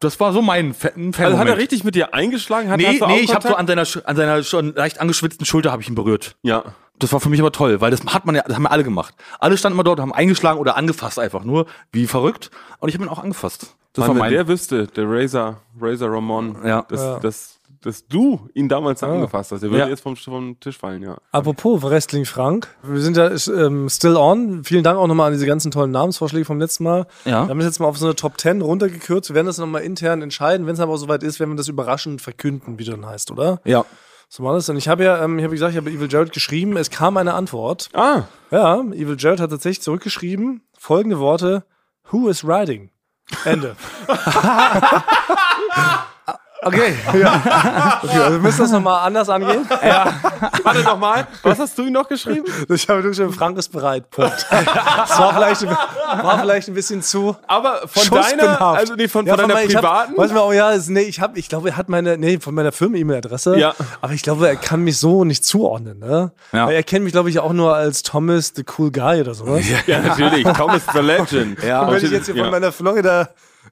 Speaker 3: Das war so mein Fan.
Speaker 1: -Fan also hat er richtig mit dir eingeschlagen? Hat,
Speaker 3: nee, nee, ich habe so an seiner, an seiner schon leicht angeschwitzten Schulter habe ich ihn berührt.
Speaker 1: Ja
Speaker 3: das war für mich aber toll, weil das hat man ja, das haben wir alle gemacht. Alle standen immer dort, haben eingeschlagen oder angefasst einfach nur, wie verrückt. Und ich habe ihn auch angefasst.
Speaker 1: Das Mann, war mein. Wer wüsste, der Razor, Razor Ramon,
Speaker 3: ja.
Speaker 1: dass,
Speaker 3: ja.
Speaker 1: dass, dass du ihn damals
Speaker 2: Ah.
Speaker 1: ja. angefasst hast. Der würde ja. jetzt vom, vom Tisch fallen, ja.
Speaker 2: Apropos Wrestling Frank, wir sind ja ähm, still on. Vielen Dank auch nochmal an diese ganzen tollen Namensvorschläge vom letzten Mal.
Speaker 3: Ja.
Speaker 2: Wir haben es jetzt mal auf so eine Top 10 runtergekürzt. Wir werden das nochmal intern entscheiden. Wenn es aber soweit ist, werden wir das überraschend verkünden, wie du dann heißt, oder?
Speaker 3: Ja.
Speaker 2: So war das. Und ich habe ja, ähm, ich habe gesagt, ich habe Evil Jared geschrieben. Es kam eine Antwort.
Speaker 3: Ah.
Speaker 2: Ja, Evil Jared hat tatsächlich zurückgeschrieben. Folgende Worte. Who is riding? Ende.
Speaker 3: okay.
Speaker 2: Ja. okay. Also wir müssen das nochmal anders angehen.
Speaker 1: Ja. Warte nochmal. Was hast du ihm noch geschrieben?
Speaker 2: Ich habe geschrieben, Frank ist bereit. Punkt. das war vielleicht, war vielleicht ein bisschen zu.
Speaker 1: Aber von deiner, also nee, von,
Speaker 2: ja,
Speaker 1: von, von deiner privaten.
Speaker 2: Hab, weiß man, oh ja, ist, nee, ich habe, ich glaube, er hat meine, nee, von meiner Firmen-E-Mail-Adresse.
Speaker 3: Ja.
Speaker 2: Aber ich glaube, er kann mich so nicht zuordnen, ne? Ja. Weil er kennt mich, glaube ich, auch nur als Thomas the Cool Guy oder sowas.
Speaker 1: Ja, ja natürlich. Thomas the Legend.
Speaker 3: Ah,
Speaker 2: Ja. Und wenn ich jetzt hier von meiner Florida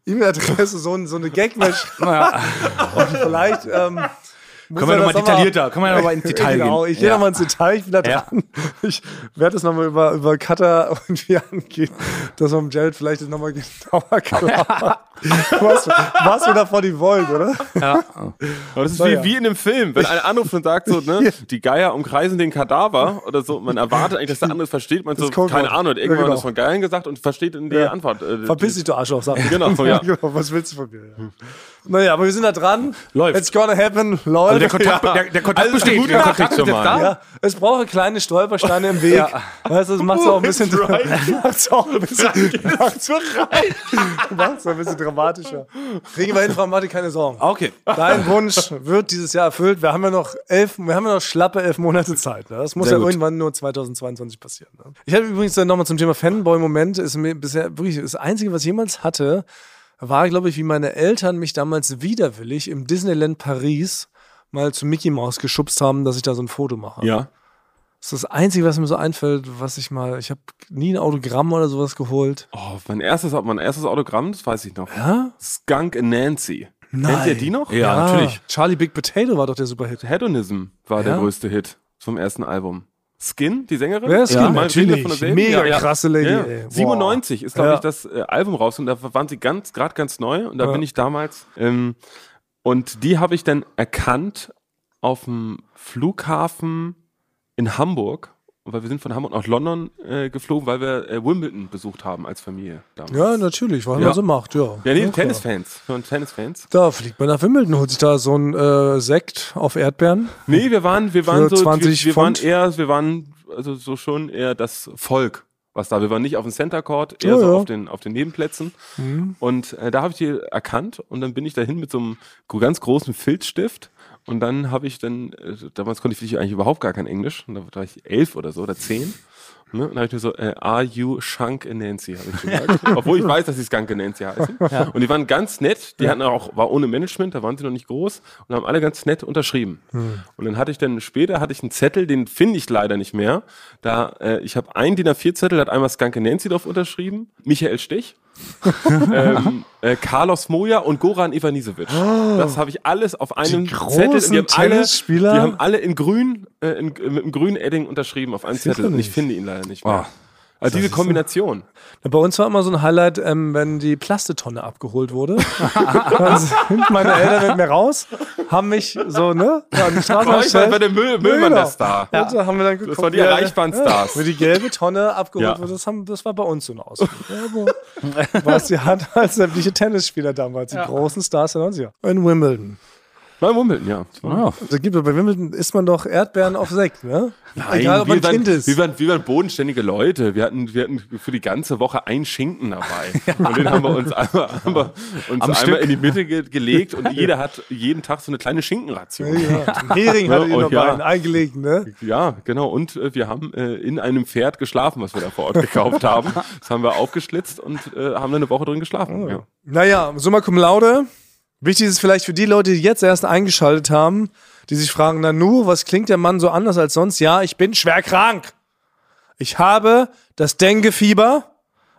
Speaker 2: E-Mail-Adresse so, so eine Gag-Mesh.
Speaker 3: naja.
Speaker 2: vielleicht. Ähm,
Speaker 3: können wir nochmal detaillierter, können wir nochmal ins Detail
Speaker 2: genau,
Speaker 3: gehen.
Speaker 2: ich gehe ja. nochmal ins Detail, ich bin da dran. Ja. Ich werde das nochmal über, über Cutter irgendwie angehen, dass man Jared vielleicht nochmal genauer klar ja. was, was wir davon die wollen, oder?
Speaker 1: Ja. Aber das ist so, wie, ja. wie in einem Film, wenn einer anruft und sagt so, ne, die Geier umkreisen den Kadaver oder so, man erwartet eigentlich, dass der andere es versteht, man das so, keine Ahnung, und irgendwann ja, genau. das von Geiern gesagt und versteht in die Antwort.
Speaker 2: Äh, Verpiss dich, du Arschloch, sag
Speaker 1: Genau, ja.
Speaker 2: genau, was willst du von mir? Naja, aber wir sind da dran.
Speaker 3: Läuft.
Speaker 2: It's gonna happen. Läuft.
Speaker 3: Also der Kontakt, der, der Kontakt
Speaker 2: Alles
Speaker 3: besteht.
Speaker 2: gut,
Speaker 3: Der
Speaker 2: ja.
Speaker 3: Kontakt ist normal.
Speaker 2: Ja, es braucht kleine Stolpersteine im Weg. Weißt du, das macht es auch ein bisschen, macht's auch ein bisschen, macht's macht's auch ein bisschen dramatischer. Kriegen wir hin, Frau Matti, keine Sorgen.
Speaker 3: Okay.
Speaker 2: Dein Wunsch wird dieses Jahr erfüllt. Wir haben ja noch elf, wir haben ja noch schlappe elf Monate Zeit. Ne? Das muss
Speaker 3: Sehr
Speaker 2: ja
Speaker 3: gut.
Speaker 2: irgendwann nur 2022 passieren. Ne? Ich hatte übrigens dann nochmal zum Thema Fanboy-Moment. Ist mir bisher wirklich das Einzige, was ich jemals hatte, war, glaube ich, wie meine Eltern mich damals widerwillig im Disneyland Paris mal zu Mickey Mouse geschubst haben, dass ich da so ein Foto mache.
Speaker 1: Ja.
Speaker 2: Das ist das Einzige, was mir so einfällt, was ich mal. Ich habe nie ein Autogramm oder sowas geholt.
Speaker 1: Oh, mein erstes, mein erstes Autogramm, das weiß ich noch.
Speaker 2: Ja?
Speaker 1: Skunk and Nancy. Kennt ihr die noch?
Speaker 3: Ja, natürlich.
Speaker 2: Charlie Big Potato war doch der Superhit.
Speaker 1: Hedonism war der
Speaker 2: Ja.
Speaker 1: größte Hit vom ersten Album. Skin, die Sängerin?
Speaker 2: Ja, Skin,
Speaker 1: meine
Speaker 2: natürlich.
Speaker 1: Rede von derselben.
Speaker 2: Mega
Speaker 1: Ja, ja.
Speaker 2: krasse Lady,
Speaker 1: Ja.
Speaker 2: ey. Wow.
Speaker 1: 97 ist, glaube
Speaker 2: Ja.
Speaker 1: ich, das äh, Album raus und da waren sie ganz, gerade ganz neu und da
Speaker 2: Ja.
Speaker 1: bin ich damals. Ähm, und die habe ich dann erkannt auf dem Flughafen in Hamburg, weil wir sind von Hamburg nach London äh, geflogen, weil wir äh, Wimbledon besucht haben als Familie damals.
Speaker 2: Ja, natürlich, was
Speaker 1: Ja.
Speaker 2: man so macht, ja.
Speaker 1: Ja, nee,
Speaker 2: klar.
Speaker 1: Tennisfans. Wir waren Tennisfans.
Speaker 2: Da fliegt man nach Wimbledon, holt sich da so einen äh, Sekt auf Erdbeeren.
Speaker 1: Nee, wir waren, wir waren
Speaker 2: Für
Speaker 1: so,
Speaker 2: 20
Speaker 1: wir, wir waren
Speaker 2: Pfund?
Speaker 1: eher, wir waren also so schon eher das Volk, was da. Wir waren nicht auf dem Center Court, eher
Speaker 2: Ja,
Speaker 1: so
Speaker 2: ja. Mhm.
Speaker 1: auf den auf den Nebenplätzen. Und äh, da habe ich die erkannt und dann bin ich dahin mit so einem gro- ganz großen Filzstift. Und dann habe ich dann, äh, damals konnte ich eigentlich überhaupt gar kein Englisch, und da war ich elf oder so oder zehn. Ne? Und dann habe ich mir so, äh, are you Shunk and Nancy, habe ich gesagt. Obwohl ich weiß, dass sie Skunk and Nancy heißen. Und die waren ganz nett, die hatten auch, war ohne Management, da waren sie noch nicht groß und haben alle ganz nett unterschrieben.
Speaker 2: Hm.
Speaker 1: Und dann hatte ich dann, später hatte ich einen Zettel, den finde ich leider nicht mehr. Da, äh, ich habe einen DIN A4-Zettel, da hat einmal Skunk and Nancy drauf unterschrieben, Michael Stich, ähm, äh, Carlos Moja und Goran Ivanisevic. Das habe ich alles auf einem Zettel. Und
Speaker 2: Oh. großen Tennisspieler?
Speaker 1: die haben alle in grün, äh, in, mit einem grünen Edding unterschrieben auf einem Zettel. Und ich finde ihn leider
Speaker 2: Ah.
Speaker 1: nicht mehr. Also diese Kombination.
Speaker 2: Na, Bei uns war immer so ein Highlight, ähm, wenn die Plastetonne abgeholt wurde. Dann sind meine Eltern mit mir raus, haben mich so, ne, an die Straße
Speaker 1: Bei euch war bei
Speaker 2: gestellt.
Speaker 1: der Müll, Müllmann
Speaker 2: Genau.
Speaker 1: der Star.
Speaker 2: Und da haben wir dann geguckt,
Speaker 1: Das waren die
Speaker 2: wie-
Speaker 1: erreichbaren Stars.
Speaker 2: Wo die gelbe Tonne abgeholt
Speaker 1: Ja.
Speaker 2: wurde, das, haben, das war bei uns so eine Ausflug. Ja, wo- Was die hatten als sämtliche Tennisspieler damals, die großen Stars der 90er. In Wimbledon.
Speaker 1: Nein, Wimbledon, ja.
Speaker 3: Ah,
Speaker 2: Da gibt, bei Wimbledon isst man doch Erdbeeren auf Sekt, ne?
Speaker 1: Nein,
Speaker 2: Egal, ob man
Speaker 1: wir, waren,
Speaker 2: Kind ist.
Speaker 1: wir, waren, wir waren bodenständige Leute. Wir hatten, wir hatten für die ganze Woche einen Schinken dabei. Und den haben wir uns einmal, haben wir uns einmal
Speaker 3: Stück.
Speaker 1: in die Mitte ge gelegt und jeder hat jeden Tag so eine kleine Schinkenration.
Speaker 2: Ja. Hering hatte
Speaker 1: Ja,
Speaker 2: ich
Speaker 1: oh,
Speaker 2: noch
Speaker 1: ja.
Speaker 2: ja. einen eingelegt, ne?
Speaker 1: Ja, genau. Und äh, wir haben äh, in einem Pferd geschlafen, was wir da vor Ort gekauft haben. Das haben wir aufgeschlitzt und äh, haben da eine Woche drin geschlafen.
Speaker 2: Oh,
Speaker 1: Ja.
Speaker 2: Naja, summa cum laude. Wichtig ist vielleicht für die Leute, die jetzt erst eingeschaltet haben, die sich fragen, na nu, was klingt der Mann so anders als sonst? Ja, ich bin schwer krank. Ich habe das Denguefieber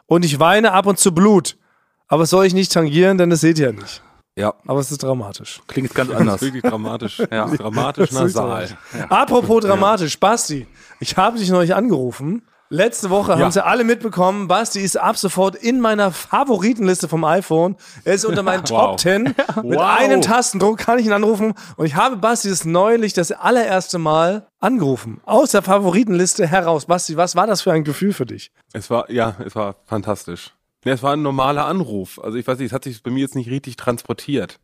Speaker 2: und ich weine ab und zu Blut. Aber es soll ich nicht tangieren, denn das seht ihr nicht.
Speaker 3: ja,
Speaker 2: Aber es ist dramatisch.
Speaker 3: klingt ganz anders.
Speaker 1: Wirklich dramatisch.
Speaker 3: Ja.
Speaker 1: Dramatisch nasal.
Speaker 2: Saal. Apropos dramatisch, Basti, ich habe dich neulich angerufen. Letzte Woche haben sie alle mitbekommen, Basti ist ab sofort in meiner Favoritenliste vom iPhone. Er ist unter meinen Top 10.
Speaker 3: Wow.
Speaker 2: Mit einem Tastendruck kann ich ihn anrufen. Und ich habe Basti das neulich das allererste Mal angerufen. Aus der Favoritenliste heraus. Basti, was war das für ein Gefühl für dich?
Speaker 1: Es war, ja, es war fantastisch. Ja, es war ein normaler Anruf. Also ich weiß nicht, es hat sich bei mir jetzt nicht richtig transportiert.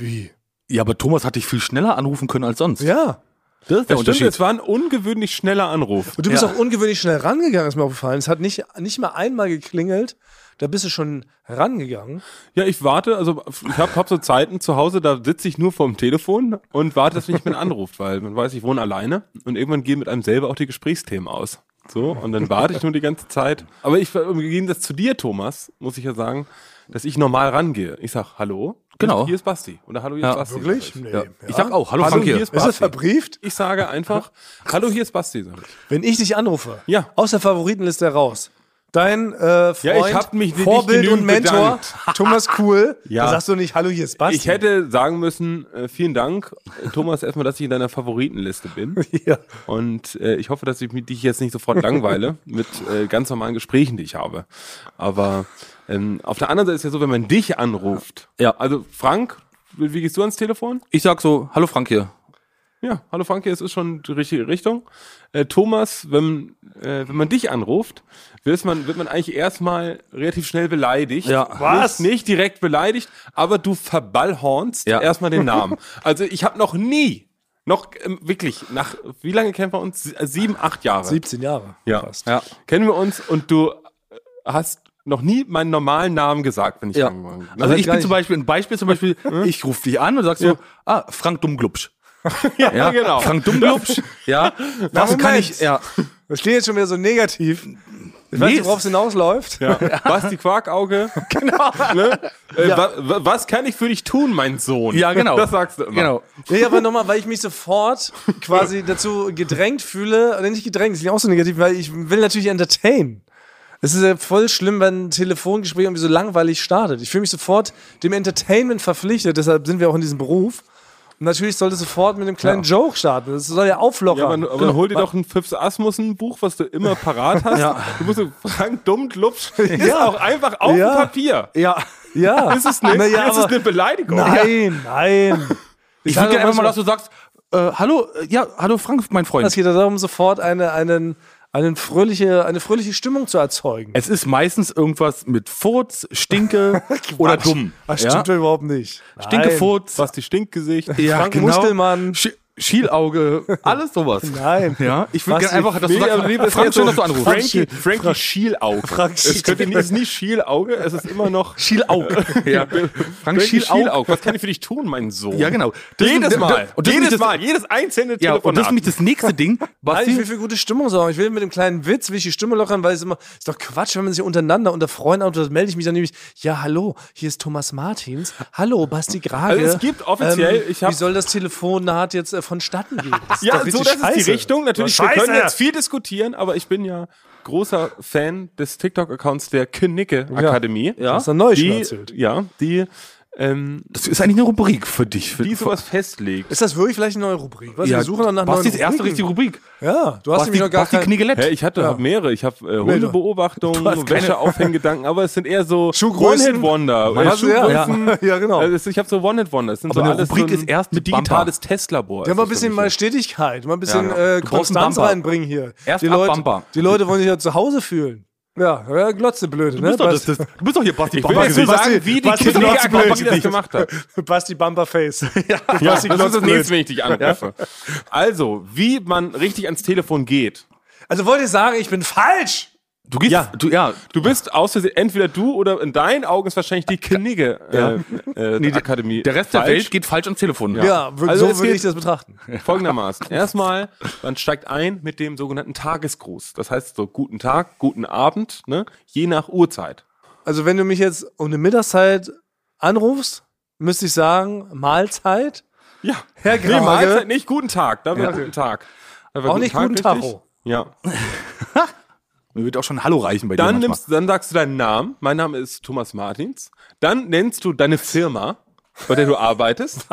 Speaker 2: Wie?
Speaker 3: Ja, aber Thomas hat dich viel schneller anrufen können als sonst.
Speaker 2: Ja.
Speaker 3: das ist der
Speaker 1: Stimmt,
Speaker 3: Unterschied.
Speaker 1: es war ein ungewöhnlich schneller Anruf.
Speaker 2: Und du bist
Speaker 3: Ja.
Speaker 2: auch ungewöhnlich schnell rangegangen, ist mir aufgefallen. Es hat nicht, nicht mal einmal geklingelt. Da bist du schon rangegangen.
Speaker 1: Ja, ich warte, also ich hab, hab so Zeiten zu Hause, da sitze ich nur vorm Telefon und warte, dass mich jemand anruft, weil man weiß, ich wohne alleine und irgendwann gehen mit einem selber auch die Gesprächsthemen aus. So, und dann warte ich nur die ganze Zeit. Aber ich, im Gegensatz zu dir, Thomas, muss ich ja sagen, dass ich normal rangehe. Ich sag, hallo,
Speaker 3: Genau.
Speaker 1: hier ist Basti. Oder hallo, hier
Speaker 3: Ja,
Speaker 1: ist Basti.
Speaker 2: Nee.
Speaker 3: Ja. Ich sag auch, hallo, Frank hier.
Speaker 1: hier ist
Speaker 2: Ist das
Speaker 1: Basti.
Speaker 2: verbrieft?
Speaker 1: Ich sage einfach, hallo, hier ist Basti. Sag ich.
Speaker 2: Wenn ich dich anrufe,
Speaker 1: Ja.
Speaker 2: aus der Favoritenliste heraus, dein äh, Freund,
Speaker 1: Ja, ich hab mich nicht
Speaker 2: Vorbild
Speaker 1: genügend
Speaker 2: und Mentor,
Speaker 1: bedankt.
Speaker 2: Thomas Kuhl,
Speaker 1: Ja.
Speaker 2: da sagst du nicht, hallo, hier ist Basti.
Speaker 1: Ich hätte sagen müssen, äh, vielen Dank, äh, Thomas, erstmal, dass ich in deiner Favoritenliste bin.
Speaker 2: Ja.
Speaker 1: Und äh, ich hoffe, dass ich mit dich jetzt nicht sofort langweile mit äh, ganz normalen Gesprächen, die ich habe. Aber ähm, auf der anderen Seite ist ja so, wenn man dich anruft.
Speaker 3: Ja.
Speaker 1: Also Frank, wie wie gehst du ans Telefon?
Speaker 3: Ich sag so, hallo Frank hier.
Speaker 1: Ja, hallo Franke, es ist schon die richtige Richtung. Äh, Thomas, wenn, äh, wenn man dich anruft, wird man, wird man eigentlich erstmal relativ schnell beleidigt.
Speaker 3: Ja.
Speaker 1: Was? Nicht, nicht direkt beleidigt, aber du verballhornst
Speaker 3: Ja.
Speaker 1: erstmal den Namen. Also ich habe noch nie, noch ähm, wirklich, nach wie lange kennen wir uns? Sie- äh, Sieben, acht Jahre.
Speaker 2: 17 Jahre.
Speaker 1: ja.
Speaker 2: Fast.
Speaker 1: ja. Kennen wir uns und du äh, hast noch nie meinen normalen Namen gesagt, wenn ich
Speaker 3: Ja.
Speaker 1: fragen wollte.
Speaker 3: Also ich
Speaker 2: gar
Speaker 3: bin zum
Speaker 2: nicht. Hm?
Speaker 3: Beispiel, ein Beispiel zum Beispiel, ich rufe dich an und sagst so, ah, Frank Dummglubsch. Ja,
Speaker 1: genau.
Speaker 3: Frank Dummglubsch, ja. Was
Speaker 2: Moment.
Speaker 3: kann ich, ja.
Speaker 2: Das klingt jetzt schon wieder so negativ. Ich weiß
Speaker 3: Nee,
Speaker 2: nicht, worauf es hinausläuft.
Speaker 1: Ja. Was die Quarkauge? genau. Ne? Äh, wa, wa, was kann ich für dich tun, mein Sohn?
Speaker 3: Ja, genau.
Speaker 1: Das sagst du immer.
Speaker 3: Genau.
Speaker 2: Nee, aber nochmal, weil ich mich sofort quasi dazu gedrängt fühle, oder nicht gedrängt, das ist auch so negativ, weil ich will natürlich entertainen. Es ist ja voll schlimm, wenn ein Telefongespräch irgendwie so langweilig startet. Ich fühle mich sofort dem Entertainment verpflichtet, deshalb sind wir auch in diesem Beruf. Und natürlich sollte es sofort mit einem kleinen Joke starten. Das soll ja auflockern.
Speaker 1: Ja, aber, aber hol dir doch ein Pfiffs Asmussen-Buch, was du immer parat hast.
Speaker 3: Genau. Ja.
Speaker 1: Du musst so Frank Dummklubsch ist auch einfach auf
Speaker 2: Ja.
Speaker 1: dem Papier.
Speaker 3: Ja.
Speaker 2: ja.
Speaker 1: Ist es nicht?
Speaker 2: Naja,
Speaker 1: ist es
Speaker 2: aber-
Speaker 1: eine Beleidigung?
Speaker 2: Nein, nein.
Speaker 3: Ich würde gerne einfach mal, dass
Speaker 2: das.
Speaker 3: du sagst, äh, hallo, äh, ja, hallo Frank, mein Freund.
Speaker 2: Es geht darum, sofort eine, einen, einen fröhliche, eine fröhliche Stimmung zu erzeugen.
Speaker 3: Es ist meistens irgendwas mit Furz, Stinke oder dumm.
Speaker 2: Das stimmt
Speaker 3: ja?
Speaker 2: ja überhaupt nicht.
Speaker 3: Stinke,
Speaker 2: Nein.
Speaker 3: Furz,
Speaker 1: Was die Stinkgesicht.
Speaker 3: ja, genau.
Speaker 2: Frank Muskelmann.
Speaker 3: Sch Schielauge, alles sowas.
Speaker 2: Nein.
Speaker 3: Ja, ich würde
Speaker 2: Was
Speaker 3: gerne einfach, dass du
Speaker 1: Nee,
Speaker 3: sagst,
Speaker 1: aber lieber ist
Speaker 3: Frank,
Speaker 1: jetzt
Speaker 3: schön,
Speaker 1: so
Speaker 3: dass du anrufst.
Speaker 1: Frankie, Frankie Schielauge.
Speaker 2: Frank
Speaker 1: es könnte nie- es ist nicht Schielauge, es ist immer noch
Speaker 3: Schielauge. ja. Frank Schielauge.
Speaker 1: Was kann ich für dich tun, mein Sohn?
Speaker 3: Ja, genau. Das
Speaker 1: Jedes
Speaker 3: ist-
Speaker 1: Mal.
Speaker 3: Und das ist
Speaker 1: jedes
Speaker 3: das-
Speaker 1: Mal. Jedes einzelne
Speaker 3: Ja, und das ist
Speaker 1: Telefonat.
Speaker 3: nämlich das nächste Ding, was
Speaker 2: Nein, ich will für gute Stimmung sorgen. Ich will mit dem kleinen Witz, will ich die Stimme lockern, weil es immer, ist doch Quatsch, wenn man sich untereinander unter Freunden outet, melde ich mich dann nämlich, ja, hallo, hier ist Thomas Martins, hallo, Basti Grage. Ähm,
Speaker 1: Also es gibt offiziell, ich hab-
Speaker 2: Wie soll das Telefonat jetzt äh, vonstatten gehen? Das ist
Speaker 1: Ja,
Speaker 2: doch
Speaker 1: so
Speaker 2: richtig
Speaker 1: das ist die
Speaker 2: scheiße.
Speaker 1: Richtung. Natürlich,
Speaker 2: Scheiße.
Speaker 1: wir können jetzt viel diskutieren, aber ich bin ja großer Fan des TikTok-Accounts der Knicke Akademie. Ja,
Speaker 2: hast du neu schon
Speaker 1: die,
Speaker 2: erzählt.
Speaker 1: ja, die, ähm,
Speaker 3: Das ist eigentlich eine Rubrik für dich. Für,
Speaker 1: die sowas festlegt.
Speaker 2: Ist das wirklich vielleicht eine neue Rubrik? Was, wir suchen doch nach
Speaker 3: Bastis
Speaker 2: neuen
Speaker 3: erste
Speaker 2: Rubriken.
Speaker 3: richtige Rubrik.
Speaker 2: Ja, du hast nämlich noch gar
Speaker 3: Basti
Speaker 2: kein...
Speaker 3: Kniegelett.
Speaker 1: Hä, ich hatte hab mehrere. Ich habe äh, Hundebeobachtung,
Speaker 3: Du hast keine-
Speaker 1: Wäscheaufhänggedanken, aber es sind eher so
Speaker 2: Schuhgrößen.
Speaker 1: One-Hit-Wonder.
Speaker 2: Ja,
Speaker 1: Äh,
Speaker 2: ja.
Speaker 1: Schuhgrößen.
Speaker 2: ja, genau.
Speaker 1: Also es- ich habe so One-Hit-Wonder. Es sind
Speaker 3: Aber
Speaker 1: so
Speaker 3: eine
Speaker 1: alles
Speaker 3: Rubrik
Speaker 1: so ein
Speaker 3: ist erst mit Bumper.
Speaker 1: digitales Testlabor.
Speaker 2: Ja,
Speaker 1: ist
Speaker 2: mal
Speaker 1: das
Speaker 2: ein
Speaker 1: für
Speaker 2: bisschen
Speaker 1: mich
Speaker 2: mal
Speaker 1: jetzt.
Speaker 2: Stetigkeit, mal ein bisschen
Speaker 1: Ja, ja.
Speaker 2: äh,
Speaker 3: Du brauchst einen
Speaker 2: Konstanz
Speaker 3: Bumper.
Speaker 2: reinbringen hier.
Speaker 3: Erst
Speaker 2: die
Speaker 3: ab
Speaker 2: Leute,
Speaker 3: Bumper.
Speaker 2: Die Leute wollen sich ja zu Hause fühlen. Ja, ja Glotze blöde, ne?
Speaker 3: Du bist doch das- das- du bist doch hier Basti
Speaker 1: Ich will jetzt nur
Speaker 3: gewesen.
Speaker 1: sagen, wie die
Speaker 2: Basti-
Speaker 1: Knicke
Speaker 2: Basti-
Speaker 1: Akademie das
Speaker 2: Basti-
Speaker 1: gemacht hat.
Speaker 2: Basti Bumperface. Ja,
Speaker 1: Ja, das ist das nächste, wenn ich dich anrufe. Also, wie man richtig ans Telefon geht.
Speaker 2: Also wollt ihr sagen, ich bin falsch?
Speaker 3: Du gehst,
Speaker 1: Ja.
Speaker 3: du, ja,
Speaker 1: Du bist aus Versehen, entweder du oder in deinen Augen ist wahrscheinlich die Knigge äh, äh,
Speaker 3: Nee, die-
Speaker 1: Akademie.
Speaker 3: der Rest der
Speaker 1: falsch.
Speaker 3: Welt geht falsch ans Telefon.
Speaker 2: Ja, wür-
Speaker 1: Also
Speaker 2: so
Speaker 1: es
Speaker 2: würde
Speaker 1: geht-
Speaker 2: ich das betrachten.
Speaker 1: Folgendermaßen. Erstmal, man steigt ein mit dem sogenannten Tagesgruß. Das heißt so, guten Tag, guten Abend, ne? je nach Uhrzeit.
Speaker 2: Also wenn du mich jetzt um eine Mittagszeit anrufst, müsste ich sagen, Mahlzeit,
Speaker 1: Ja, nee,
Speaker 2: Herr Grage.
Speaker 1: Mahlzeit nicht, guten Tag. Da wäre guten Tag. Da wäre
Speaker 2: Auch nicht guten
Speaker 1: richtig.
Speaker 2: Tacho.
Speaker 1: Ja.
Speaker 3: Mir wird auch schon Hallo reichen bei dir.
Speaker 1: Dann,
Speaker 3: manchmal.
Speaker 1: nimmst, dann sagst du deinen Namen. Mein Name ist Thomas Martins. Dann nennst du deine Firma, bei der du arbeitest.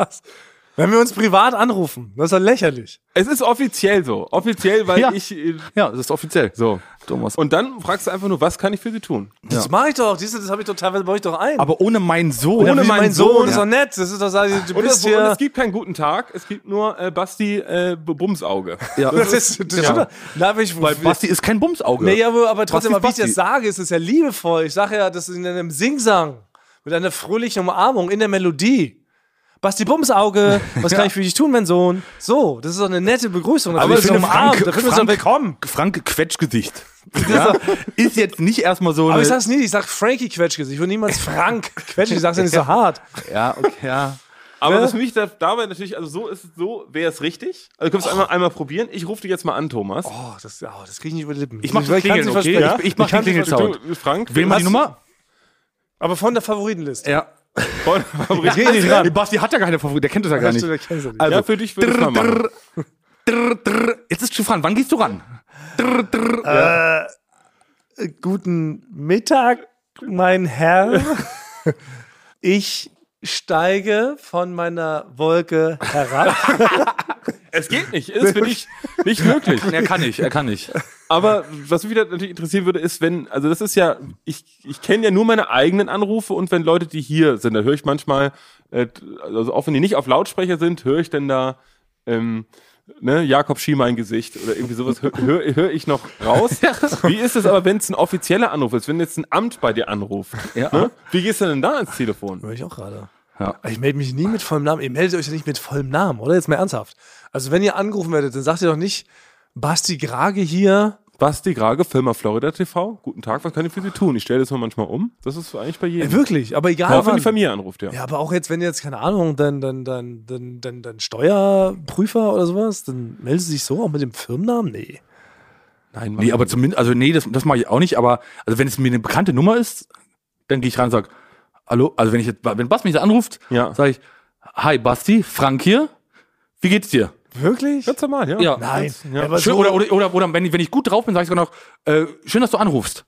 Speaker 2: Wenn wir uns privat anrufen, das ist ja lächerlich.
Speaker 1: Es ist offiziell so. Offiziell, weil
Speaker 3: Ja.
Speaker 1: ich. äh,
Speaker 3: Ja, das ist offiziell.
Speaker 1: So.
Speaker 3: Thomas.
Speaker 1: Und dann fragst du einfach nur, was kann ich für sie tun?
Speaker 2: Das mache ich doch, siehst du, das habe ich doch teilweise baue ich doch ein.
Speaker 3: aber ohne meinen Sohn.
Speaker 2: Ohne
Speaker 1: wie
Speaker 2: meinen
Speaker 1: mein
Speaker 2: Sohn,
Speaker 1: Sohn,
Speaker 2: das ist doch nett. Das ist doch, du
Speaker 1: Und
Speaker 2: bist
Speaker 1: es, und
Speaker 2: hier.
Speaker 1: es gibt keinen guten Tag, es gibt nur äh, Basti äh, Bumsauge.
Speaker 3: Also, Ja.
Speaker 2: Das ist, das
Speaker 1: Ja.
Speaker 2: ist da bin ich,
Speaker 3: Weil Basti ist kein Bumsauge.
Speaker 2: nee, ja, aber- aber trotzdem,
Speaker 3: ist
Speaker 2: aber wie ich
Speaker 3: Basti?
Speaker 2: das sage, ist es ja liebevoll. Ich sage ja, das ist in einem Singsang mit einer fröhlichen Umarmung in der Melodie. Basti Bumsauge, was kann ich für dich tun, mein Sohn? So, das ist doch eine nette Begrüßung. Da
Speaker 3: Aber
Speaker 2: fühlen wir
Speaker 3: so
Speaker 2: uns umarmt, da fühlen wir uns doch
Speaker 3: Frank,
Speaker 2: willkommen.
Speaker 3: Frank Quetschgesicht. Ja? Ist jetzt nicht erstmal so.
Speaker 2: Aber
Speaker 3: eine-
Speaker 2: ich sag's nie, ich sag Frankie Quetschges. Ich würde niemals Frank Quetschges, ich sag's ja nicht so hart.
Speaker 3: ja, okay, ja. Ne?
Speaker 1: Aber was mich da, dabei natürlich, also so ist es so, wäre es richtig. Also du kannst einmal, einmal probieren. Ich rufe dich jetzt mal an, Thomas.
Speaker 2: Oh, das, oh, das krieg ich nicht über die Lippen.
Speaker 3: Ich mach das
Speaker 2: kann's nicht
Speaker 3: Klingeln, okay?
Speaker 2: versprechen.
Speaker 3: Ich, ich mach den Klingelsound.
Speaker 1: Du, Frank,
Speaker 3: Wähl mal die Nummer.
Speaker 2: Aber von der Favoritenliste.
Speaker 3: Ja.
Speaker 1: Freunde, Fabrik.
Speaker 2: Geh nicht ran.
Speaker 3: Basti hat ja keine Favorit, der kennt das ja gar
Speaker 2: Ach,
Speaker 3: nicht.
Speaker 2: du, der kennst du nicht.
Speaker 3: Also,
Speaker 1: Ja, für dich würde ich mal machen.
Speaker 3: Drr, drr. Jetzt ist zu fragen, wann gehst du ran?
Speaker 2: Guten Mittag, mein Herr. Ich steige von meiner Wolke herab.
Speaker 1: Es geht nicht, ist für dich nicht möglich.
Speaker 3: Er kann nicht, er kann nicht.
Speaker 1: Aber was mich wieder natürlich interessieren würde, ist, wenn, also das ist ja, ich, ich kenne ja nur meine eigenen Anrufe und wenn Leute, die hier sind, da höre ich manchmal, äh, also auch wenn die nicht auf Lautsprecher sind, höre ich denn da ähm, ne, Jakob Schie mein Gesicht oder irgendwie sowas höre hör, hör ich noch raus. Wie ist es aber, wenn es ein offizieller Anruf ist, wenn jetzt ein Amt bei dir anruft?
Speaker 2: Ja.
Speaker 1: Ne? Wie gehst du denn da ans Telefon?
Speaker 2: Hör ich auch gerade. Ja. Ich melde mich nie mit vollem Namen. Ihr meldet euch ja nicht mit vollem Namen, oder? Jetzt mal ernsthaft. Also, wenn ihr angerufen werdet, dann sagt ihr doch nicht, Basti Grage hier.
Speaker 1: Basti Grage, Firma Florida TV. Guten Tag, was kann ich für Sie tun? Ich stelle das mal manchmal um. Das ist eigentlich bei jedem.
Speaker 2: Ey, wirklich, aber egal.
Speaker 1: Auch wenn die Familie anruft, ja.
Speaker 2: Ja, aber auch jetzt, wenn ihr jetzt, keine Ahnung, dann, dann, dann, dann, dann, dann Steuerprüfer oder sowas, dann meldet sie sich so auch mit dem Firmennamen? Nee.
Speaker 3: Nein, nee, aber zumindest, also nee, das, das mache ich auch nicht, aber also wenn es mir eine bekannte Nummer ist, dann gehe ich ran und sage, Hallo, also wenn ich jetzt, wenn Basti mich da anruft,
Speaker 1: Ja.
Speaker 3: sage ich, Hi Basti, Frank hier, wie geht's dir?
Speaker 2: Wirklich?
Speaker 1: Ganz normal, ja.
Speaker 3: Ja.
Speaker 2: Nein.
Speaker 1: Ja.
Speaker 2: Aber
Speaker 3: Schön,
Speaker 2: so,
Speaker 3: oder, oder, oder, oder wenn, ich, wenn ich gut drauf bin, sage ich sogar noch, äh, schön, dass du anrufst.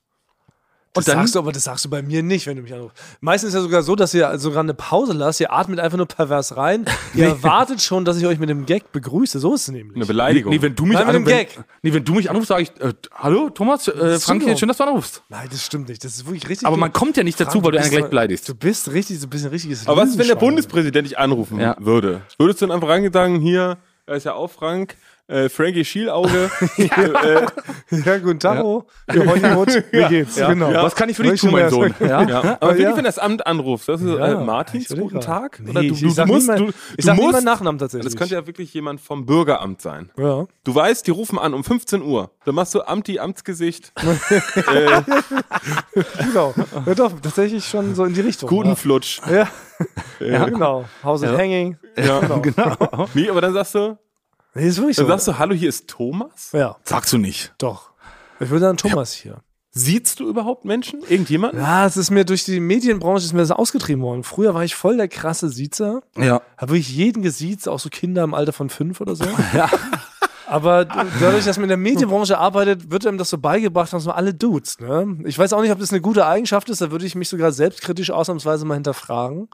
Speaker 2: das sagst du, aber das sagst du bei mir nicht, wenn du mich anrufst. Meistens ist ja sogar so, dass ihr sogar eine Pause lasst, ihr atmet einfach nur pervers rein. Ihr erwartet schon, dass ich euch mit einem Gag begrüße. So ist es nämlich.
Speaker 1: Eine Beleidigung.
Speaker 3: Nee, wenn du mich,
Speaker 2: Nein, mit
Speaker 3: anrufst,
Speaker 2: dem
Speaker 3: wenn,
Speaker 2: Gag.
Speaker 3: nee, wenn du mich anrufst, sage ich, äh, hallo Thomas, äh,
Speaker 2: bist
Speaker 3: Frank
Speaker 2: du
Speaker 3: hier,
Speaker 2: doch.
Speaker 3: schön, dass du anrufst.
Speaker 2: Nein, das stimmt nicht. Das ist wirklich richtig.
Speaker 3: Aber man kommt ja nicht dazu, weil du einen gleich beleidigst.
Speaker 2: Du bist richtig, so ein bisschen richtiges
Speaker 1: Aber was ist, wenn der
Speaker 2: Lügenschwein.
Speaker 1: Bundespräsident dich anrufen
Speaker 3: Ja.
Speaker 1: würde? Würdest du dann einfach reingegangen, hier, da ist ja auch Frank, äh, Frankie Schielauge, äh,
Speaker 2: Ja, guten Tag, oh. ja. Hollywood, wie geht's? Genau.
Speaker 3: Was kann ich für dich
Speaker 2: Welche
Speaker 3: tun, mein Sohn?
Speaker 2: Respekt-
Speaker 3: Ja.
Speaker 1: Ja. Aber wirklich,
Speaker 2: ja.
Speaker 1: wenn das Amt anruft, das ist
Speaker 2: Ja,
Speaker 1: äh, Martins,
Speaker 2: ich überlege
Speaker 1: guten
Speaker 2: gerade.
Speaker 1: Tag.
Speaker 2: Nee,
Speaker 1: Oder du,
Speaker 2: ich-
Speaker 1: du,
Speaker 2: ich sag
Speaker 1: du musst,
Speaker 2: nie mein-
Speaker 1: du,
Speaker 2: ich sag
Speaker 1: du
Speaker 2: nie
Speaker 1: musst, Also
Speaker 2: meinen Nachnamen tatsächlich.
Speaker 1: Das könnte ja wirklich jemand vom Bürgeramt sein.
Speaker 2: Ja.
Speaker 1: Du weißt, die rufen an um 15 Uhr. Dann machst du Amti Amtsgesicht,
Speaker 2: Genau. Ja, doch, tatsächlich schon so in die Richtung.
Speaker 1: guten Flutsch.
Speaker 2: ja. Ja. ja, genau. House is hanging.
Speaker 1: Ja, genau. Nee, aber dann sagst du,
Speaker 2: Nee, ist wirklich so.
Speaker 1: dann sagst du, hallo, hier ist Thomas.
Speaker 2: ja,
Speaker 3: Sagst du nicht.
Speaker 2: doch. Ich würde sagen, Thomas hier.
Speaker 1: Siehst du überhaupt Menschen? Irgendjemanden?
Speaker 2: Ja, es ist mir durch die Medienbranche ist mir das ausgetrieben worden. Früher war ich voll der krasse Siezer.
Speaker 3: Ja.
Speaker 2: Habe wirklich jeden gesiezt, auch so Kinder im Alter von fünf oder so. Ja. Aber d- dadurch, dass man in der Medienbranche arbeitet, wird einem das so beigebracht, dass man alle duzt. Ne? Ich weiß auch nicht, ob das eine gute Eigenschaft ist, da würde ich mich sogar selbstkritisch ausnahmsweise mal hinterfragen.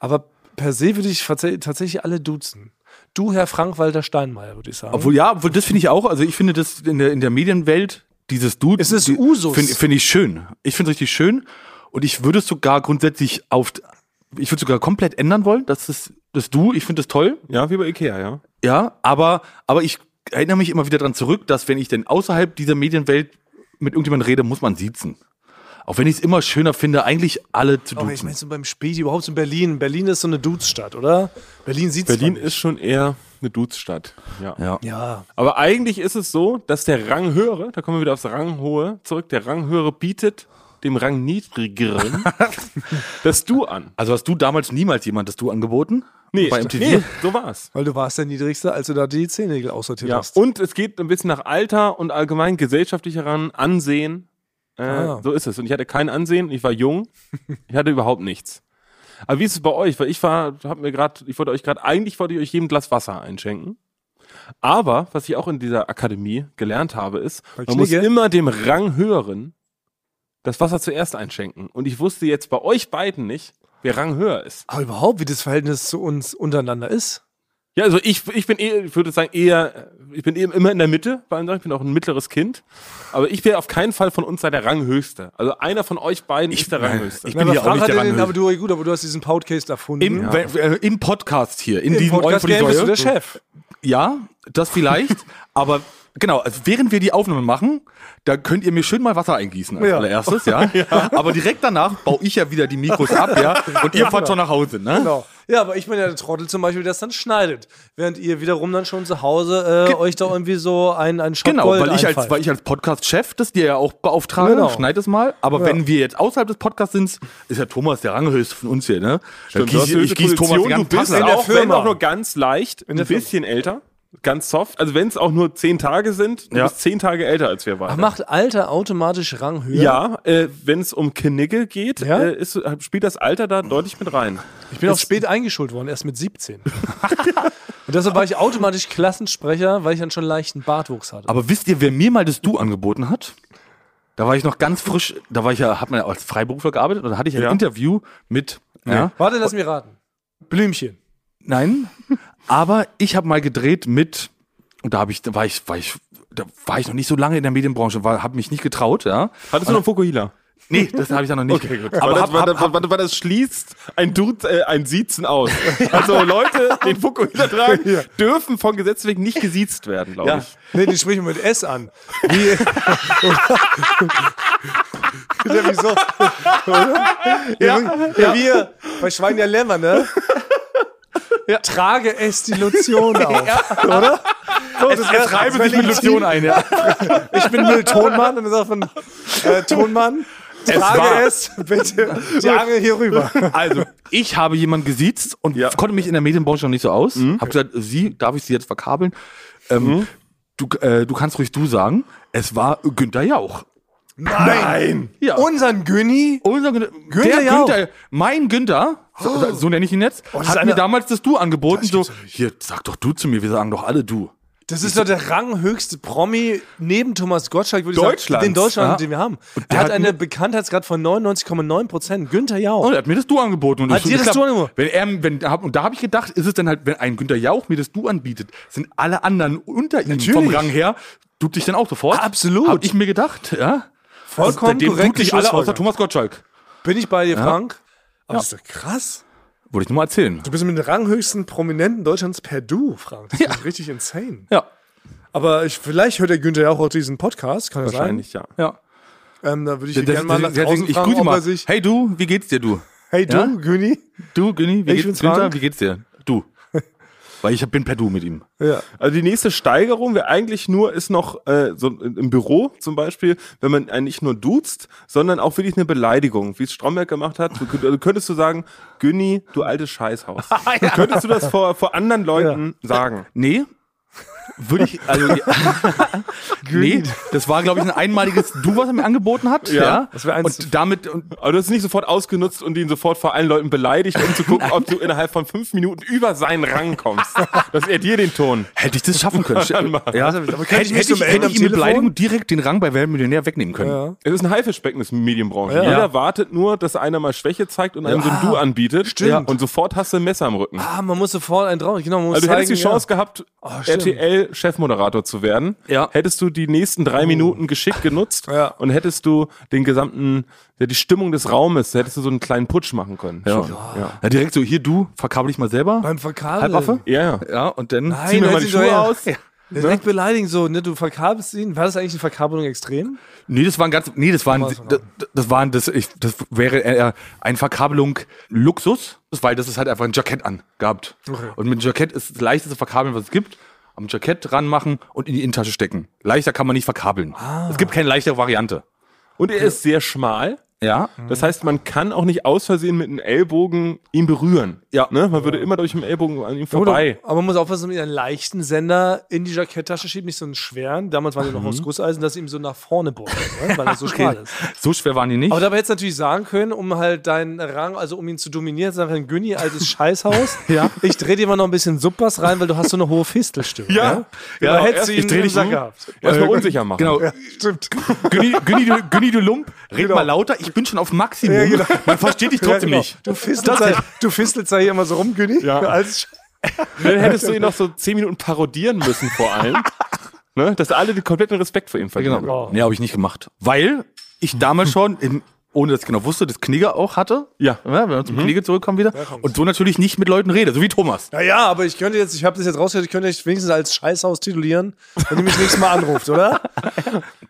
Speaker 2: Aber per se würde ich verze- tatsächlich alle duzen. Du, Herr Frank-Walter Steinmeier, würde ich sagen.
Speaker 3: Obwohl, ja, obwohl, das finde ich auch. Also ich finde das in der, in der Medienwelt, dieses Dude.
Speaker 2: Es ist
Speaker 3: die-
Speaker 2: Usus.
Speaker 3: Finde find ich schön. Ich finde es richtig schön. Und ich würde es sogar grundsätzlich auf, ich würde sogar komplett ändern wollen. Das ist das Du, ich finde das toll.
Speaker 1: Ja, wie bei Ikea, ja.
Speaker 3: Ja, aber, aber ich erinnere mich immer wieder dran zurück, dass wenn ich denn außerhalb dieser Medienwelt mit irgendjemandem rede, muss man siezen. Auch wenn ich es immer schöner finde, eigentlich alle zu
Speaker 2: Aber ich meine,
Speaker 3: duzen.
Speaker 2: so beim Spedi, überhaupt so in Berlin. Berlin ist so eine Dudes-Stadt, oder? Berlin sieht
Speaker 1: Berlin ist schon eher eine Dudes-Stadt. Ja.
Speaker 3: Ja.
Speaker 2: Ja,
Speaker 1: Aber eigentlich ist es so, dass der Ranghöhere, da kommen wir wieder aufs Ranghohe zurück, der Ranghöhere bietet dem Rangniedrigeren das Du an.
Speaker 3: Also hast du damals niemals jemand das Du angeboten? Bei MTV?
Speaker 1: nee, so war's.
Speaker 2: weil du warst der Niedrigste, als du da die Zehennägel aussortiert
Speaker 1: Ja.
Speaker 2: hast.
Speaker 1: Und es geht ein bisschen nach Alter und allgemein gesellschaftlich heran, Ansehen. Äh,
Speaker 2: Ah.
Speaker 1: So ist es. Und ich hatte kein Ansehen, ich war jung, ich hatte überhaupt nichts. Aber wie ist es bei euch? Weil ich war, hab mir gerade, ich wollte euch gerade, eigentlich wollte ich euch jedem Glas Wasser einschenken. Aber, was ich auch in dieser Akademie gelernt habe, ist,
Speaker 2: Bei
Speaker 1: man muss
Speaker 2: Knigge?
Speaker 1: immer dem Rang höheren das Wasser zuerst einschenken. Und ich wusste jetzt bei euch beiden nicht, wer Rang höher ist.
Speaker 2: Aber überhaupt, wie das Verhältnis zu uns untereinander ist.
Speaker 1: Ja, also ich, ich bin eh, ich würde sagen, eher, ich bin eben immer in der Mitte, weil ich bin auch ein mittleres Kind. Aber ich wäre auf keinen Fall von uns sei der Ranghöchste. Also einer von euch beiden ist der
Speaker 3: nein,
Speaker 1: Ranghöchste.
Speaker 3: ich
Speaker 2: Na,
Speaker 3: bin
Speaker 2: aber
Speaker 3: ja auch
Speaker 2: Frank
Speaker 3: nicht
Speaker 2: hat
Speaker 3: der
Speaker 2: ja den,
Speaker 3: Ranghöchste.
Speaker 2: aber du, gut, aber du hast diesen Podcast erfunden.
Speaker 3: Im,
Speaker 2: ja.
Speaker 3: we- äh, Im Podcast hier, in
Speaker 2: Im
Speaker 3: diesem Eulen
Speaker 2: Podcast
Speaker 3: für die
Speaker 2: Game bist du der
Speaker 3: Säue.
Speaker 2: Chef.
Speaker 3: Ja, das vielleicht. aber genau, also während wir die Aufnahmen machen, da könnt ihr mir schön mal Wasser eingießen als
Speaker 2: Ja.
Speaker 3: allererstes, ja? Aber direkt danach baue ich ja wieder die Mikros ab, ja? Und ihr fahrt schon nach Hause, ne?
Speaker 2: Genau. Ja, aber ich bin ja der Trottel zum Beispiel, der das dann schneidet. Während ihr wiederum dann schon zu Hause äh, euch da irgendwie so einen, einen Shot
Speaker 3: Genau,
Speaker 2: Gold
Speaker 3: weil ich, als,
Speaker 2: einpfeift.
Speaker 3: weil ich als Podcast-Chef das dir ja auch beauftrage,
Speaker 2: Genau.
Speaker 3: schneid es mal. Aber
Speaker 2: Ja.
Speaker 3: wenn wir jetzt außerhalb des Podcasts sind, ist ja Thomas der Ranghöchste von uns hier, ne?
Speaker 1: Du hast
Speaker 3: Dann gieß,
Speaker 1: eine
Speaker 3: ich
Speaker 1: höchste
Speaker 3: gieße Thomas den
Speaker 1: Position,
Speaker 3: ganzen
Speaker 1: du bist
Speaker 3: Tag
Speaker 1: in
Speaker 3: nach.
Speaker 1: der
Speaker 2: auch,
Speaker 1: Firma.
Speaker 2: wenn
Speaker 1: auch
Speaker 2: auch
Speaker 1: nur
Speaker 2: nur
Speaker 1: ganz leicht, ein
Speaker 2: der Firma.
Speaker 1: bisschen älter, ganz soft. Also wenn es auch nur zehn Tage sind, du
Speaker 3: Ja.
Speaker 1: bist zehn Tage älter als wir beide.
Speaker 2: Macht Alter automatisch Rang höher?
Speaker 1: ja, äh, wenn es um Knigge geht,
Speaker 2: Ja?
Speaker 1: äh, ist, spielt das Alter da deutlich mit rein.
Speaker 2: Ich bin auch spät eingeschult worden, erst mit 17. Und deshalb war ich automatisch Klassensprecher, weil ich dann schon leichten Bartwuchs hatte.
Speaker 3: Aber wisst ihr, wer mir mal das Du angeboten hat? Da war ich noch ganz frisch, da war ich ja, hab mal als Freiberufler gearbeitet und da hatte ich ein
Speaker 1: Ja.
Speaker 3: Interview mit, ja,
Speaker 2: Warte, lass mich raten. Blümchen.
Speaker 3: nein, aber ich habe mal gedreht mit, und da habe ich, da war ich, war ich, da war ich noch nicht so lange in der Medienbranche, war, habe mich nicht getraut, ja.
Speaker 1: Hattest du noch einen Fukuhila?
Speaker 3: Nee, das habe ich ja noch nicht. Okay,
Speaker 1: gut. Aber, hab, das, hab, hab, das, schließt ein, Dude, äh, ein Siezen aus. also Leute, den Fukuhila tragen, ja. dürfen von Gesetz wegen nicht gesiezt werden, glaube ja. ich.
Speaker 2: Nee, den sprechen wir mit S an. Wie, ja, wieso? ja, ja, wir bei Schwein der Lämmer, ne? Ja. Trage es die Lotion auf, oder?
Speaker 3: So, es, das es reibe dich mit Lotion ein, ja.
Speaker 2: Ich bin Müll Tonmann und dann sagt man, äh, Tonmann, es trage war. es, bitte die Angel hier rüber.
Speaker 3: Also, ich habe jemanden gesiezt und ja. konnte mich in der Medienbranche noch nicht so aus. Mhm. Hab gesagt, sie, darf ich sie jetzt verkabeln? Ähm, mhm. du, äh, du kannst ruhig du sagen, es war Günther Jauch.
Speaker 2: Nein! Nein.
Speaker 3: Ja.
Speaker 2: Unseren Günni?
Speaker 3: Unser Günni. Günther, der Günther, Günther, mein Günther, so, so, so nenne ich ihn jetzt, oh, hat eine, mir damals das Du angeboten. Das so, hier, sag doch du zu mir, wir sagen doch alle du.
Speaker 2: Das ist doch der ranghöchste Promi neben Thomas Gottschalk,
Speaker 3: würde ich sagen,
Speaker 2: den Deutschland, ja. den wir haben. Und der er hat, hat einen Bekanntheitsgrad von 99,9 Prozent. Günther Jauch.
Speaker 3: Oh, er hat mir das Du angeboten.
Speaker 2: Und hat dir das
Speaker 3: glaub,
Speaker 2: Du angeboten?
Speaker 3: Wenn er, wenn, und da habe ich gedacht, ist es dann halt, wenn ein Günther Jauch mir das Du anbietet, sind alle anderen unter ihm Natürlich. vom Rang her, tut dich dann auch sofort.
Speaker 2: Absolut.
Speaker 3: Hab ich mir gedacht, ja.
Speaker 2: Vollkommen also, korrekt.
Speaker 3: dich alle außer Thomas Gottschalk.
Speaker 2: Bin ich bei dir, ja. Frank? Aber ja. das ist doch krass.
Speaker 3: Wollte ich nur mal erzählen.
Speaker 2: Du bist mit den ranghöchsten Prominenten Deutschlands per Du, Frank. Das ja. ist richtig insane.
Speaker 3: Ja.
Speaker 2: Aber ich, vielleicht hört der Günther ja auch diesen Podcast, kann das sein?
Speaker 3: Wahrscheinlich, ja. ja.
Speaker 2: Ähm, da würde ich ja, gerne mal nach draußen
Speaker 3: ich fragen, mal. sich... Hey du, wie geht's dir, du?
Speaker 2: Hey du, ja? Güni?
Speaker 3: Du, Güni, wie ich geht's dir? Wie geht's dir? Du. Weil ich bin per Du mit ihm.
Speaker 1: Ja. Also die nächste Steigerung wäre eigentlich nur, ist noch äh, so im Büro zum Beispiel, wenn man einen nicht nur duzt, sondern auch wirklich eine Beleidigung, wie es Stromberg gemacht hat. Du, also könntest du sagen, Günni, du altes Scheißhaus. ja. Könntest du das vor, vor anderen Leuten ja. sagen?
Speaker 3: Nee. Würde ich, also, nee, das war, glaube ich, ein einmaliges Du, was er mir angeboten hat. Ja, ja.
Speaker 1: Das wäre eins.
Speaker 3: Und damit, und,
Speaker 1: aber du hast es nicht sofort ausgenutzt und ihn sofort vor allen Leuten beleidigt, um zu gucken, ob du innerhalb von fünf Minuten über seinen Rang kommst. dass er dir den Ton.
Speaker 3: Hätte ich das schaffen können. ja. Aber hätte ich, hätte ich, hätte ich ihm mit Beleidigung direkt den Rang bei Weltmillionär wegnehmen können. Ja.
Speaker 1: Es ist ein Haifischbecken, das Medienbranche. Ja. Jeder wartet nur, dass einer mal Schwäche zeigt und einem so ein Du anbietet.
Speaker 3: Stimmt.
Speaker 1: Und sofort hast du ein Messer im Rücken.
Speaker 2: Ah, man muss sofort einen drauf. Genau, man muss
Speaker 1: also du hättest die Chance gehabt, oh, RTL-Chefmoderator zu werden.
Speaker 3: Ja. Oh.
Speaker 1: Hättest du die nächsten drei Minuten geschickt genutzt
Speaker 3: ja.
Speaker 1: und hättest du den gesamten, ja, die Stimmung des Raumes, hättest du so einen kleinen Putsch machen können.
Speaker 3: Ja. ja. ja direkt so, hier du, verkabel dich mal selber.
Speaker 2: Beim Verkabeln?
Speaker 3: Halbwaffe?
Speaker 1: Ja,
Speaker 3: ja. und dann
Speaker 2: Nein, zieh mir mal die Schuhe aus. Ja. Direkt ne? beleidigen so, ne? Du verkabelst ihn. War das eigentlich eine Verkabelung extrem?
Speaker 3: Nee, das war ein ganz, nee, das war ein, das, das war ein, das, ich, das wäre eher ein Verkabelung Luxus, weil das ist halt einfach ein Jackett an gehabt. Okay. Und mit Jackett ist das leichteste Verkabeln, was es gibt am Jackett dran machen und in die Innentasche stecken. Leichter kann man nicht verkabeln. Ah. Es gibt keine leichtere Variante.
Speaker 1: Und er ist sehr schmal.
Speaker 3: Ja.
Speaker 1: Das heißt, man kann auch nicht aus Versehen mit einem Ellbogen ihn berühren.
Speaker 3: Ja.
Speaker 1: Ne? Man würde immer durch den Ellbogen an ihm vorbei.
Speaker 2: aber man muss aufpassen, mit einem leichten Sender in die Jackettasche schiebt, nicht so einen schweren. Damals waren die noch mhm. aus Gusseisen, dass ihm so nach vorne bohrt, ne? weil er so schmal okay. ist.
Speaker 3: So schwer waren die nicht.
Speaker 2: Aber dabei hättest du natürlich sagen können, um halt deinen Rang, also um ihn zu dominieren, sagen können, Günni, altes Scheißhaus.
Speaker 3: ja.
Speaker 2: Ich drehe dir mal noch ein bisschen Subbass rein, weil du hast so eine hohe Fistelstimme.
Speaker 3: Ja. ja.
Speaker 2: Genau, ja, hättest du ihn ich dreh dich
Speaker 1: im gehabt. Erstmal unsicher machen.
Speaker 3: Genau. Ja, stimmt. Günni, Günni, du, Günni, du Lump, red genau. mal lauter, ich ich bin schon auf Maximum. Ja, genau. Man versteht dich trotzdem ja, genau. nicht.
Speaker 2: Du fistelst, halt, du fistelst ja hier immer so rum, Günni.
Speaker 1: Ja. Als Dann hättest du ihn noch so zehn Minuten parodieren müssen, vor allem. ne? Dass alle den kompletten Respekt vor ihm verdienen.
Speaker 3: Genau. Nee, habe ich nicht gemacht. Weil ich damals schon, im, ohne dass ich genau wusste, das Knigge auch hatte.
Speaker 1: Ja.
Speaker 3: ja wenn wir zum mhm. Knigge zurückkommen wieder. Und so natürlich nicht mit Leuten rede, so wie Thomas.
Speaker 2: Naja, aber ich könnte jetzt, ich habe das jetzt rausgehört, ich könnte dich wenigstens als Scheißhaus titulieren, wenn ihr mich nächstes Mal anruft, oder?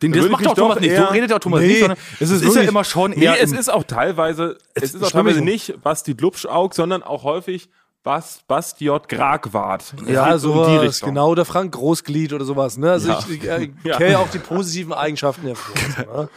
Speaker 3: Den, das macht doch Thomas nicht. So redet auch Thomas
Speaker 2: nee,
Speaker 3: nicht.
Speaker 2: Sondern
Speaker 3: es ist, ist ja immer schon
Speaker 1: eher. Nee, es ist auch teilweise, es, es ist auch teilweise nicht Basti Glubschaug, sondern auch häufig Bas, Bastiot Gragwart.
Speaker 2: Ja,
Speaker 1: um
Speaker 2: sowas, genau. Oder Frank Großglied oder sowas. Ne? Also ja. ich, ich, ich ja. kenne ja auch die positiven Eigenschaften hervor. ne?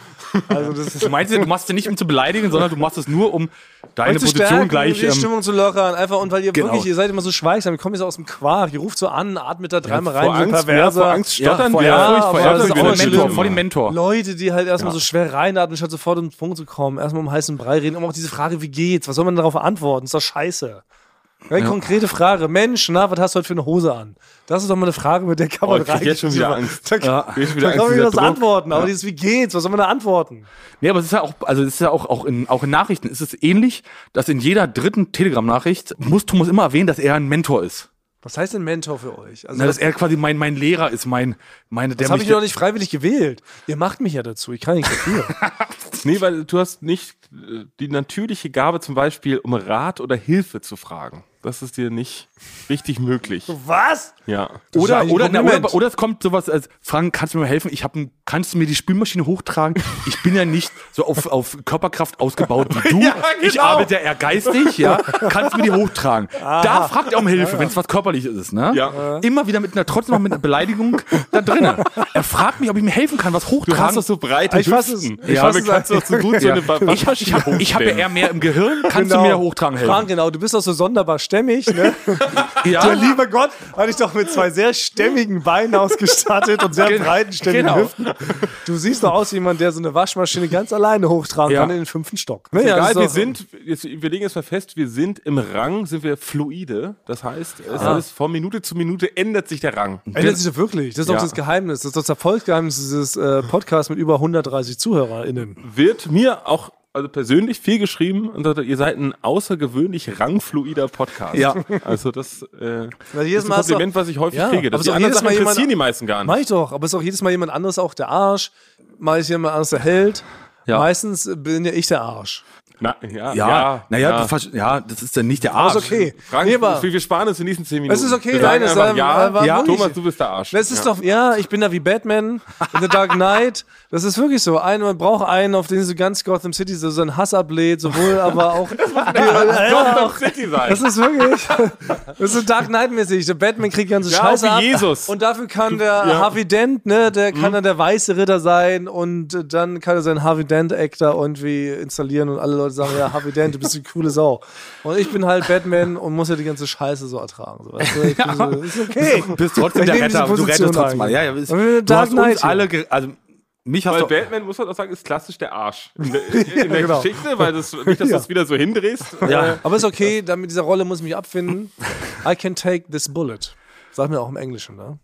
Speaker 3: also das du meinst, du machst es nicht, um zu beleidigen, sondern du machst es nur, um deine Position stärken, gleich... ähm,
Speaker 2: Um die Stimmung zu lockern. Einfach, und weil ihr genau. wirklich, ihr seid immer so schweigsam. Ihr kommt jetzt aus dem Quark. Ihr ruft so an, atmet da dreimal ja, rein.
Speaker 1: Vor Angst, perverse, vor Angst stottern
Speaker 3: ja,
Speaker 1: wir. Vor,
Speaker 3: ja, vor, vor, Mentor, vor dem Mentor.
Speaker 2: Leute, die halt erstmal so schwer reinatmen, statt sofort um den Punkt zu kommen. Erstmal um heißen Brei reden. Um auch diese Frage, wie geht's? Was soll man darauf antworten? Ist doch scheiße. Ja. Konkrete Frage. Mensch, na, was hast du heute für eine Hose an? Das ist doch mal eine Frage, mit der kann man oh, ich rein.
Speaker 1: jetzt schon wieder Angst.
Speaker 2: Da, ja. ich wieder da kann man wieder was antworten. Ja. Aber dieses, wie geht's? Was soll man da antworten?
Speaker 3: Nee, aber es ist ja auch, also es ist ja auch, auch in, auch in Nachrichten ist es ähnlich, dass in jeder dritten Telegram-Nachricht muss Thomas immer erwähnen, dass er ein Mentor ist.
Speaker 2: Was heißt denn Mentor für euch?
Speaker 3: Also, Na, dass er quasi mein, mein Lehrer ist, mein, meine,
Speaker 2: das habe ich noch nicht freiwillig gewählt. Ihr macht mich ja dazu, ich kann nicht dafür.
Speaker 1: nee, weil du hast nicht äh, die natürliche Gabe zum Beispiel, um Rat oder Hilfe zu fragen. Das ist dir nicht richtig möglich.
Speaker 2: Was?
Speaker 1: Ja.
Speaker 3: Oder, oder, na, oder, oder es kommt sowas als, Frank, kannst du mir mal helfen? Ich hab ein, kannst du mir die Spülmaschine hochtragen? Ich bin ja nicht so auf, auf Körperkraft ausgebaut wie du.
Speaker 2: Ja,
Speaker 3: Ich
Speaker 2: genau.
Speaker 3: arbeite ja eher geistig, ja. Kannst du mir die hochtragen? Da fragt er um Hilfe, wenn es was Körperliches ist, ne?
Speaker 1: Ja.
Speaker 3: Immer wieder mit einer, trotzdem noch mit einer Beleidigung da drinnen. Er fragt mich, ob ich ihm helfen kann, was
Speaker 1: Du hast
Speaker 3: hochtragen.
Speaker 1: doch so breite
Speaker 2: Ich fass es.
Speaker 1: Hüften.
Speaker 2: Ich
Speaker 1: ja,
Speaker 2: fass
Speaker 1: aber
Speaker 2: es
Speaker 1: kannst doch halt so gut so eine Wa-
Speaker 3: ich ich habe ich hab ja
Speaker 1: hochstellen. Genau.
Speaker 3: eher mehr im Gehirn. Kannst du mir hochtragen helfen?
Speaker 2: Frank, genau, du bist doch so sonderbar stämmig, ne?
Speaker 3: ja.
Speaker 2: Der liebe Gott hat dich doch mit zwei sehr stämmigen Beinen ausgestattet und sehr breiten, stämmigen
Speaker 3: genau.
Speaker 2: Hüften. Du siehst doch aus wie jemand, der so eine Waschmaschine ganz alleine hochtragen
Speaker 3: Ja.
Speaker 2: kann in den fünften Stock. Ne, ja, das
Speaker 1: Egal,
Speaker 2: ist
Speaker 1: wir
Speaker 2: doch-
Speaker 1: sind, jetzt, wir legen jetzt mal fest, wir sind im Rang, sind wir fluide. Das heißt, es ist von Minute zu Minute ändert sich der Rang.
Speaker 2: Ändert sich doch wirklich. Das ist doch
Speaker 1: Ja.
Speaker 2: das Geheimnis. Das ist doch das Erfolgsgeheimnis dieses äh, Podcasts mit über 130 ZuhörerInnen.
Speaker 1: Wird mir auch also persönlich viel geschrieben und sagt, ihr seid ein außergewöhnlich rangfluider Podcast.
Speaker 3: Ja.
Speaker 1: Also das äh,
Speaker 2: Weil jedes
Speaker 1: ist ein
Speaker 2: Mal hast du-
Speaker 1: Kompliment, was ich häufig
Speaker 2: Ja,
Speaker 1: kriege.
Speaker 2: aber
Speaker 1: Das
Speaker 2: so
Speaker 1: die anderen
Speaker 2: jedes
Speaker 1: Sachen
Speaker 2: Mal jemand-
Speaker 1: interessieren die meisten gar
Speaker 2: Mach
Speaker 1: nicht.
Speaker 2: ich doch, aber ist auch jedes Mal jemand anderes auch der Arsch. Mal ist jemand anderes der Held.
Speaker 1: Ja.
Speaker 2: Meistens bin ja ich der Arsch.
Speaker 1: Na, ja,
Speaker 3: Ja, naja, ja.
Speaker 1: ja.
Speaker 3: du versch- ja, das ist dann nicht der Arsch.
Speaker 2: Ist okay.
Speaker 1: Frank,
Speaker 2: Nee, aber-
Speaker 1: wir, wir sparen uns die nächsten zehn Minuten.
Speaker 2: Es ist okay,
Speaker 1: wir
Speaker 2: nein,
Speaker 1: sagen
Speaker 2: es
Speaker 1: einfach,
Speaker 2: war-
Speaker 1: ja,
Speaker 2: war
Speaker 1: ja.
Speaker 2: wirklich-
Speaker 1: Thomas, du bist der Arsch.
Speaker 2: Das ist
Speaker 1: ja.
Speaker 2: doch, ja, ich bin da wie Batman in The Dark Knight. Das ist wirklich so. Ein, man braucht einen, auf den so ganz Gotham City so seinen Hass ablädt, sowohl, aber auch. ja, ja,
Speaker 1: Gotham
Speaker 2: auch.
Speaker 1: City sein.
Speaker 2: Das ist wirklich. Das ist so Dark Knight-mäßig. Der Batman kriegt ganze
Speaker 1: Ja,
Speaker 2: Scheiße
Speaker 1: auch wie
Speaker 2: ab.
Speaker 1: Jesus.
Speaker 2: Und dafür kann der
Speaker 1: ja. Mhm.
Speaker 2: Harvey Dent, ne, der kann dann der weiße Ritter sein und äh, dann kann er seinen Harvey Dent-Act da irgendwie installieren und alle Leute sagen, ja, Harvey Dent, du bist die coole Sau. Und ich bin halt Batman und muss ja die ganze Scheiße so ertragen. So, weißt du? ich bin so, ist okay.
Speaker 3: Du bist trotzdem
Speaker 2: Ich
Speaker 3: der
Speaker 2: nehme diese
Speaker 3: Retter, du
Speaker 2: Position
Speaker 3: rettest trotzdem
Speaker 2: ein.
Speaker 3: mal. Ja, ja, ist,
Speaker 2: Aber wir
Speaker 3: du
Speaker 2: sind Dark
Speaker 3: hast
Speaker 2: Knight
Speaker 3: uns
Speaker 2: hier.
Speaker 3: alle, ge- also mich hast
Speaker 1: Weil
Speaker 3: du,
Speaker 1: Batman, muss man auch sagen, ist klassisch der Arsch. In der, in der
Speaker 2: genau.
Speaker 1: Geschichte, weil das, nicht, dass du das wieder so hindrehst. Äh,
Speaker 3: ja,
Speaker 2: Aber ist okay, dann mit dieser Rolle muss ich mich abfinden. I can take this bullet. Sagt mir auch im Englischen, ne?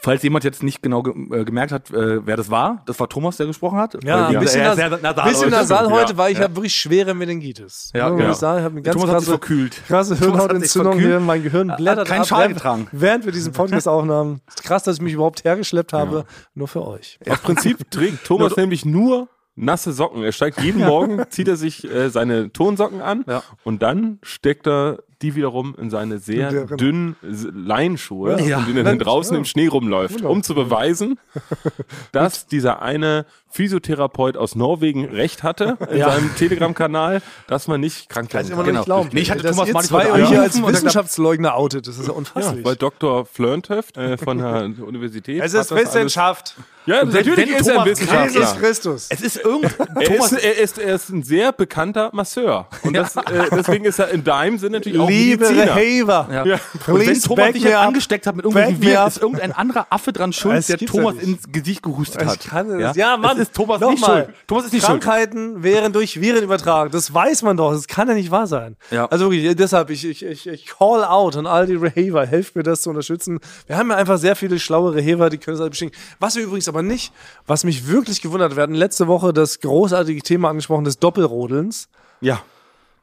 Speaker 3: falls jemand jetzt nicht genau ge äh, gemerkt hat, äh, wer das war, das war Thomas, der gesprochen hat.
Speaker 2: Ja,
Speaker 3: Weil, wie
Speaker 2: ein
Speaker 3: gesagt,
Speaker 2: bisschen,
Speaker 3: er ist
Speaker 2: nas
Speaker 3: sehr nasal
Speaker 2: bisschen
Speaker 3: heute.
Speaker 2: nasal
Speaker 1: Ja.
Speaker 2: heute, weil ich habe wirklich schwere Meningitis.
Speaker 3: Ja,
Speaker 2: muss
Speaker 3: ja.
Speaker 2: ich sagen, ich habe Ne? eine ganz
Speaker 3: Thomas hat sich
Speaker 2: krasse,
Speaker 3: verkühlt.
Speaker 2: krasse
Speaker 3: Thomas hat sich
Speaker 2: Hirnhautentzündung
Speaker 3: verkühlt.
Speaker 2: hier. Mein Gehirn blättert
Speaker 3: keinen
Speaker 2: ab,
Speaker 3: Schal
Speaker 2: während-
Speaker 3: getragen.
Speaker 2: Während wir diesen Podcast aufnahmen. Krass, dass ich mich überhaupt hergeschleppt habe. Nur für euch.
Speaker 1: Im Prinzip trägt Thomas nämlich nur nasse Socken. Er steigt jeden Morgen, zieht er sich äh, seine Tonsocken an
Speaker 3: Ja.
Speaker 1: und dann steckt er die wiederum in seine sehr
Speaker 2: Deren.
Speaker 1: dünnen S- Leinschuhe,
Speaker 3: Ja.
Speaker 1: in denen er dann draußen im Schnee rumläuft, um zu beweisen, dass dieser eine Physiotherapeut aus Norwegen recht hatte in seinem Telegram-Kanal, dass man nicht krank werden kann.
Speaker 3: Genau. Nee, ich hatte Thomas
Speaker 2: dass ihr
Speaker 3: Mann, ich wollte
Speaker 2: zwei euch hier als
Speaker 3: anrufen und dann-
Speaker 2: Wissenschaftsleugner outet. Das ist ja unfasslich.
Speaker 1: Weil Dr. Flörntöft äh, von der Universität.
Speaker 2: es
Speaker 1: hat
Speaker 2: ist
Speaker 1: das alles-
Speaker 2: Wissenschaft.
Speaker 1: Ja, natürlich
Speaker 3: wenn
Speaker 1: ist er ein
Speaker 3: Thomas
Speaker 1: Wissenschaftler.
Speaker 2: Jesus Christus.
Speaker 3: Es ist irgend,
Speaker 1: Er ist,
Speaker 3: Thomas,
Speaker 1: er, ist, er ist ein sehr bekannter Masseur. Und das, äh, deswegen ist er in deinem Sinn natürlich auch
Speaker 2: Liebe
Speaker 1: Mediziner.
Speaker 2: Haver.
Speaker 3: ja. Und wenn
Speaker 2: Please
Speaker 3: Thomas
Speaker 2: back
Speaker 3: dich
Speaker 2: me
Speaker 3: jetzt
Speaker 2: up.
Speaker 3: angesteckt hat mit irgendwelchen
Speaker 2: Back me
Speaker 3: Viren,
Speaker 2: up.
Speaker 3: ist irgendein anderer Affe dran schuld,
Speaker 2: Das
Speaker 3: der
Speaker 2: gibt's
Speaker 3: Thomas
Speaker 2: ja nicht.
Speaker 3: ins Gesicht gehustet
Speaker 2: Also Ich
Speaker 3: hat.
Speaker 2: kann es. Ja,
Speaker 3: Das ist Thomas nicht
Speaker 2: nochmal.
Speaker 3: schuld. Thomas ist nicht schuld.
Speaker 2: Krankheiten wären durch Viren übertragen. Das weiß man doch. Das kann ja nicht wahr sein.
Speaker 3: Ja.
Speaker 2: Also wirklich, deshalb, ich, ich, ich, ich call out an all die Rehaver. Helft mir das zu unterstützen. Wir haben ja einfach sehr viele schlaue Rehaver, die können es alle bestimmen. Was wir übrigens aber nicht, was mich wirklich gewundert hat, wir hatten letzte Woche das großartige Thema angesprochen des Doppelrodelns.
Speaker 3: Ja.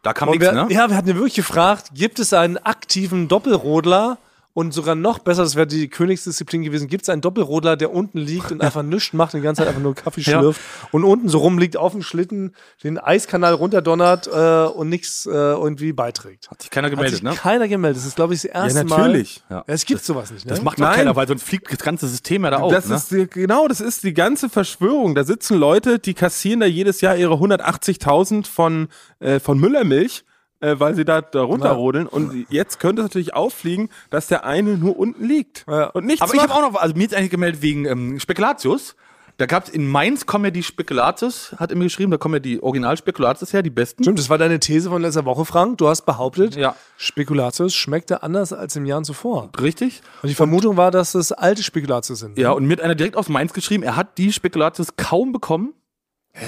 Speaker 3: Da kam
Speaker 2: Und
Speaker 3: nichts,
Speaker 2: wir,
Speaker 3: ne?
Speaker 2: Ja, wir hatten ja wirklich gefragt, gibt es einen aktiven Doppelrodler? Und sogar noch besser, das wäre die Königsdisziplin gewesen, gibt es einen Doppelrodler, der unten liegt und einfach nichts macht, die ganze Zeit einfach nur Kaffee
Speaker 3: Ja.
Speaker 2: schlürft und unten so rumliegt auf dem Schlitten, den Eiskanal runterdonnert äh, und nichts äh, irgendwie beiträgt.
Speaker 3: Hat sich keiner
Speaker 2: Hat
Speaker 3: gemeldet,
Speaker 2: sich
Speaker 3: ne?
Speaker 2: keiner gemeldet. Das ist, glaube ich, das erste Mal.
Speaker 1: natürlich.
Speaker 2: Ja.
Speaker 3: Ja.
Speaker 2: Es gibt sowas nicht. Ne?
Speaker 3: Das macht doch
Speaker 1: Nein.
Speaker 3: keiner, weil sonst fliegt das ganze System ja da auf.
Speaker 1: Das
Speaker 3: ne?
Speaker 1: ist die, genau, das ist die ganze Verschwörung. Da sitzen Leute, die kassieren da jedes Jahr ihre 180.000 von äh, von Müllermilch, äh, weil sie da, da runterrodeln. Und jetzt könnte es natürlich auffliegen, dass der eine nur unten liegt
Speaker 2: Ja.
Speaker 1: und nichts
Speaker 3: Aber ich
Speaker 1: macht.
Speaker 3: habe auch noch, also mir ist eigentlich gemeldet wegen ähm, Spekulatius. Da gab es in Mainz Comedy Spekulatius, hat immer geschrieben, da kommen ja die Original Spekulatius her, die besten.
Speaker 2: Stimmt, das war deine These von letzter Woche, Frank. Du hast behauptet,
Speaker 3: Ja.
Speaker 2: Spekulatius schmeckte anders als im Jahr zuvor.
Speaker 3: Richtig.
Speaker 2: Und die Vermutung war, dass es alte Spekulatius sind.
Speaker 3: Ja, und mir hat einer direkt aus Mainz geschrieben, er hat die Spekulatius kaum bekommen.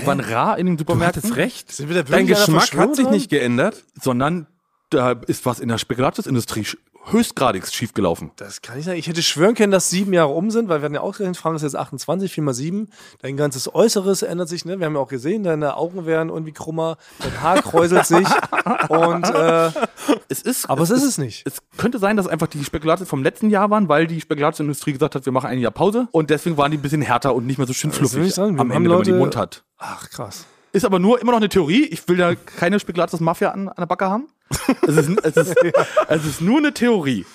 Speaker 3: Waren rar in den Supermärkten. recht.
Speaker 2: Sind wir da
Speaker 1: Dein
Speaker 2: wirklich einer
Speaker 1: Geschmack hat sich
Speaker 2: Verschwörung?
Speaker 1: nicht geändert.
Speaker 3: Sondern da ist was in der Spekulatius-Industrie sch- höchstgradigst schiefgelaufen.
Speaker 2: Das kann ich sagen. Ich hätte schwören können, dass sieben Jahre um sind, weil wir hatten ja auch gerechnet, Frank ist jetzt 28, 4 mal 7. Dein ganzes Äußeres ändert sich, ne? Wir haben ja auch gesehen, deine Augen werden irgendwie krummer, dein Haar kräuselt sich. und, äh,
Speaker 3: es ist,
Speaker 2: aber es ist es nicht.
Speaker 3: Es könnte sein, dass einfach die Spekulatius vom letzten Jahr waren, weil die Spekulatiusindustrie gesagt hat, wir machen ein Jahr Pause. Und deswegen waren die ein bisschen härter und nicht mehr so schön fluffig
Speaker 2: am
Speaker 3: Ende, wenn man
Speaker 2: Leute-
Speaker 3: den Mund hat.
Speaker 2: Ach, krass.
Speaker 3: Ist aber nur immer noch eine Theorie. Ich will da keine Spekulatius-Mafia an, an der Backe haben. Es ist, es, ist, es ist nur eine Theorie.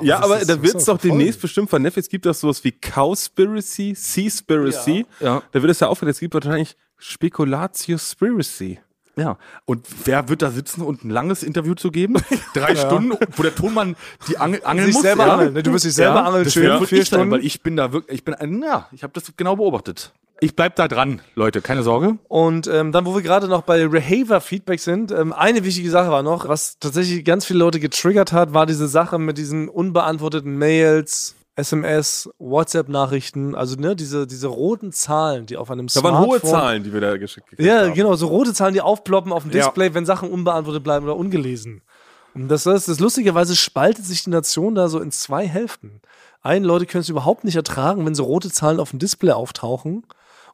Speaker 1: Ja,
Speaker 2: das
Speaker 1: aber
Speaker 2: ist-
Speaker 1: da
Speaker 2: das
Speaker 1: wird es
Speaker 2: ist
Speaker 1: doch
Speaker 2: doch voll.
Speaker 1: demnächst bestimmt von Netflix gibt das sowas wie Cowspiracy, Seaspiracy.
Speaker 3: Ja. Ja.
Speaker 1: Da wird es ja aufgehört. Es gibt wahrscheinlich Spekulatius-Spiracy.
Speaker 3: Ja. Und wer wird da sitzen und ein langes Interview zu geben? Drei Stunden, wo der Tonmann die Angel, angeln
Speaker 2: Sich
Speaker 3: muss.
Speaker 2: selber
Speaker 3: ja?
Speaker 2: angeln, ne? Du musst dich selber angeln,
Speaker 3: das
Speaker 2: schön
Speaker 3: wär- würd
Speaker 2: vier
Speaker 3: ich sein,
Speaker 2: Stunden.
Speaker 3: Weil ich bin da wirklich, ich bin, ein- ja, ich habe das genau beobachtet. Ich bleib da dran, Leute, keine Sorge.
Speaker 2: Und ähm, dann, wo wir gerade noch bei Behavior-Feedback sind, ähm, eine wichtige Sache war noch, was tatsächlich ganz viele Leute getriggert hat, war diese Sache mit diesen unbeantworteten Mails, SMS, WhatsApp-Nachrichten, also ne, diese, diese roten Zahlen, die auf einem
Speaker 1: Da
Speaker 2: Smartphone...
Speaker 1: waren hohe Zahlen, die wir da geschickt gekriegt
Speaker 2: Ja,
Speaker 1: haben.
Speaker 2: genau, so rote Zahlen, die aufploppen auf dem
Speaker 1: Ja.
Speaker 2: Display, wenn Sachen unbeantwortet bleiben oder ungelesen. Und das ist, das lustigerweise spaltet sich die Nation da so in zwei Hälften. Einen Leute können es überhaupt nicht ertragen, wenn so rote Zahlen auf dem Display auftauchen.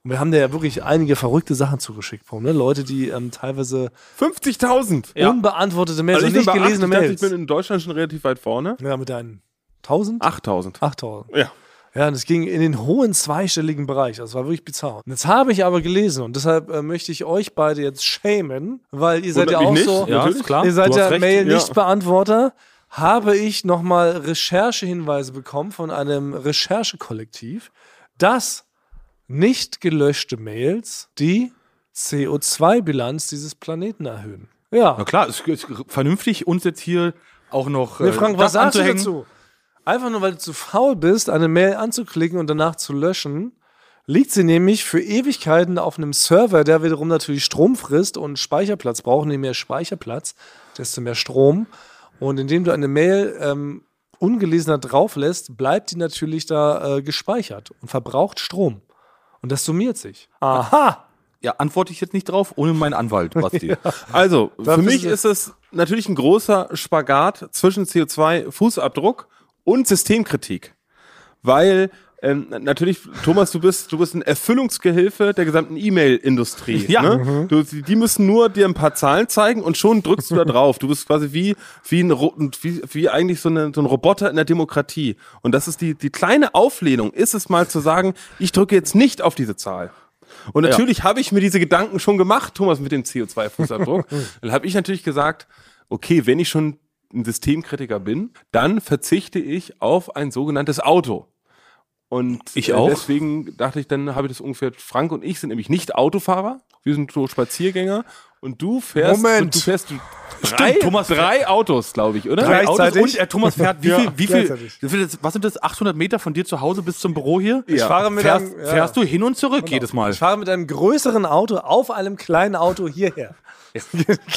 Speaker 2: Und wir haben da ja wirklich einige verrückte Sachen zugeschickt bekommen, ne? Leute, die ähm, teilweise
Speaker 1: 50.000.
Speaker 2: unbeantwortete Mails,
Speaker 1: Also
Speaker 2: also
Speaker 1: ich bin
Speaker 2: nicht
Speaker 1: bei
Speaker 2: gelesene
Speaker 1: 80, ich
Speaker 2: Mails.
Speaker 1: bin in Deutschland schon relativ weit vorne.
Speaker 2: ja, mit deinen 1000?
Speaker 1: 8.000.
Speaker 2: 8000.
Speaker 1: Ja.
Speaker 2: Ja, und es ging in den hohen zweistelligen Bereich. Das war wirklich bizarr. Und jetzt habe ich aber gelesen und deshalb äh, möchte ich euch beide jetzt schämen, weil ihr seid
Speaker 1: Wundert
Speaker 2: ja
Speaker 1: mich
Speaker 2: auch
Speaker 1: nicht.
Speaker 2: so.
Speaker 1: Ja, ist klar.
Speaker 2: Oh, Ihr seid
Speaker 1: Du hast
Speaker 2: ja
Speaker 1: recht. Ja.
Speaker 2: Mail-Nicht-Beantworter. Habe ich nochmal Recherchehinweise bekommen von einem Recherchekollektiv, dass nicht gelöschte Mails die CO2-Bilanz dieses Planeten erhöhen. Ja.
Speaker 3: Na klar, ist, ist vernünftig, uns jetzt hier auch noch.
Speaker 2: Nee, Frank,
Speaker 3: äh, das
Speaker 2: was sagst du
Speaker 3: anzuhängen.
Speaker 2: dazu? Einfach nur, weil du zu faul bist, eine Mail anzuklicken und danach zu löschen, liegt sie nämlich für Ewigkeiten auf einem Server, der wiederum natürlich Strom frisst und Speicherplatz braucht. Je mehr Speicherplatz, desto mehr Strom. Und indem du eine Mail ähm, ungelesener drauf lässt, bleibt die natürlich da äh, gespeichert und verbraucht Strom. Und das summiert sich. Aha!
Speaker 3: Ja, antworte ich jetzt nicht drauf, ohne meinen Anwalt, Basti.
Speaker 1: Also, für
Speaker 2: bist
Speaker 1: mich
Speaker 2: du-
Speaker 1: ist es natürlich ein großer Spagat zwischen CO2-Fußabdruck und Systemkritik. Weil ähm, natürlich, Thomas, du bist, du bist ein Erfüllungsgehilfe der gesamten E-Mail-Industrie.
Speaker 3: Ja.
Speaker 1: Ne? Du, die die müssen nur dir ein paar Zahlen zeigen und schon drückst du da drauf. Du bist quasi wie, wie, ein, Ro- wie, wie eigentlich so, eine, so ein Roboter in der Demokratie. Und das ist die, die kleine Auflehnung, ist es mal zu sagen, ich drücke jetzt nicht auf diese Zahl. Und natürlich habe ich mir diese Gedanken schon gemacht, Thomas, mit dem CO2-Fußabdruck. dann habe ich natürlich gesagt, okay, wenn ich schon ein Systemkritiker bin, dann verzichte ich auf ein sogenanntes Auto. Und
Speaker 3: Ich
Speaker 1: äh,
Speaker 3: auch.
Speaker 1: deswegen dachte ich, dann habe ich das ungefähr, Frank und ich sind nämlich nicht Autofahrer, wir sind so Spaziergänger und du fährst,
Speaker 2: Moment.
Speaker 1: du fährst drei,
Speaker 3: Thomas
Speaker 1: drei Autos, glaube ich, oder?
Speaker 2: Drei
Speaker 3: Autos
Speaker 2: Gleichzeitig.
Speaker 3: und er, Thomas fährt, wie
Speaker 2: Ja,
Speaker 3: viel, wie viel,
Speaker 2: gleichzeitig.
Speaker 3: wie viel, was sind das, 800 Meter von dir zu Hause bis zum Büro hier?
Speaker 1: Ja.
Speaker 2: fahre mit
Speaker 3: fährst,
Speaker 2: einem- ja. Genau.
Speaker 3: fährst du hin und zurück jedes Mal.
Speaker 2: Ich fahre mit einem größeren Auto auf einem kleinen Auto hierher.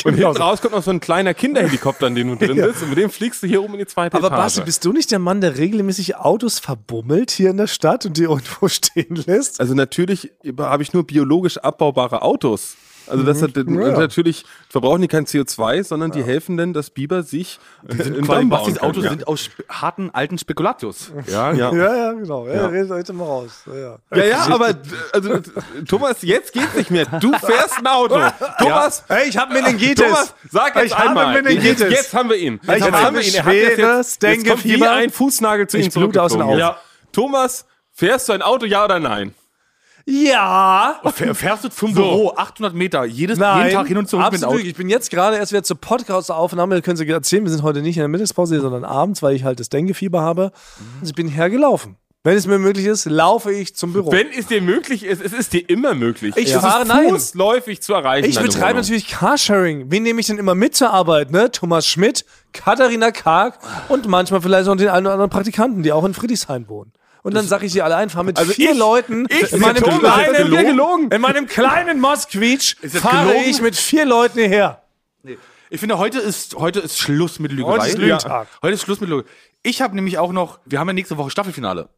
Speaker 1: Und hinten raus kommt noch so ein kleiner Kinderhelikopter, an dem du drin sitzt und mit dem fliegst du hier oben in die zweite
Speaker 2: Aber
Speaker 1: Etage.
Speaker 2: Basti, bist du nicht der Mann, der regelmäßig Autos verbummelt hier in der Stadt und die irgendwo stehen lässt?
Speaker 1: Also natürlich habe ich nur biologisch abbaubare Autos. Also das hat
Speaker 2: Ja.
Speaker 1: natürlich verbrauchen die kein CO2, sondern die helfen dann, dass Biber sich äh, die sind
Speaker 3: Vor allem Bastis Autos sind aus spe- harten alten Spekulatius.
Speaker 1: ja, ja.
Speaker 3: Also,
Speaker 2: Ja, ja, genau. Ja, Redet euch doch mal raus. Ja, ja.
Speaker 1: Ja, ja, aber also, Thomas, jetzt geht's nicht mehr. Du fährst ein Auto. Thomas,
Speaker 2: Hey, ich habe
Speaker 1: Thomas, sag jetzt
Speaker 2: Ich habe
Speaker 1: einmal.
Speaker 2: Meningitis.
Speaker 1: Jetzt, jetzt haben wir ihn. Jetzt
Speaker 2: Ich
Speaker 1: haben
Speaker 2: habe
Speaker 1: wir Er hat jetzt-
Speaker 2: schweres
Speaker 1: jetzt kommt wie
Speaker 2: Denguefieber.
Speaker 1: ein Fußnagel zu
Speaker 2: Ich
Speaker 1: ihm
Speaker 2: blute aus den
Speaker 1: zurückgeflogen.
Speaker 2: Augen.
Speaker 1: Ja. Thomas, fährst du ein Auto, ja oder nein?
Speaker 2: Ja.
Speaker 3: Fähr- Fährst du zum Büro 800 Meter jedes jeden Tag hin und zurück
Speaker 2: absolut.
Speaker 3: mit dem Auto?
Speaker 2: Ich bin jetzt gerade erst wieder zur Podcast-Aufnahme. Da können Sie erzählen, wir sind heute nicht in der Mittagspause, sondern abends, weil ich halt das Denkefieber habe.
Speaker 3: Mhm.
Speaker 2: Also ich bin hergelaufen. Wenn es mir möglich ist, laufe ich zum Büro.
Speaker 1: Wenn es dir möglich ist, es ist dir immer möglich.
Speaker 2: Ich
Speaker 1: Es ist
Speaker 2: fahre nein.
Speaker 1: fußläufig zu erreichen.
Speaker 2: Ich
Speaker 1: deine
Speaker 2: betreibe
Speaker 1: Wohnung.
Speaker 2: natürlich Carsharing. Wen nehme ich denn immer mit zur Arbeit? Ne? Thomas Schmidt, Katharina Karg und manchmal vielleicht noch den einen oder anderen Praktikanten, die auch in Friedrichshain wohnen. Und dann sage ich sie alle ein, fahre mit
Speaker 3: Also
Speaker 2: vier
Speaker 1: ich-
Speaker 2: Leuten
Speaker 1: ich-
Speaker 2: in, meinem
Speaker 1: Thomas, ist das
Speaker 2: kleinen,
Speaker 1: gelogen?
Speaker 2: in meinem kleinen Mosquitsch
Speaker 3: Ist das
Speaker 2: fahre
Speaker 3: gelogen?
Speaker 2: ich mit vier Leuten hierher.
Speaker 3: Ich finde, heute ist, heute ist Schluss mit Lügerei.
Speaker 2: Heute ist Lügentag.
Speaker 3: Ja. Heute ist Schluss mit Lügerei. Ich habe nämlich auch noch, wir haben ja nächste Woche Staffelfinale.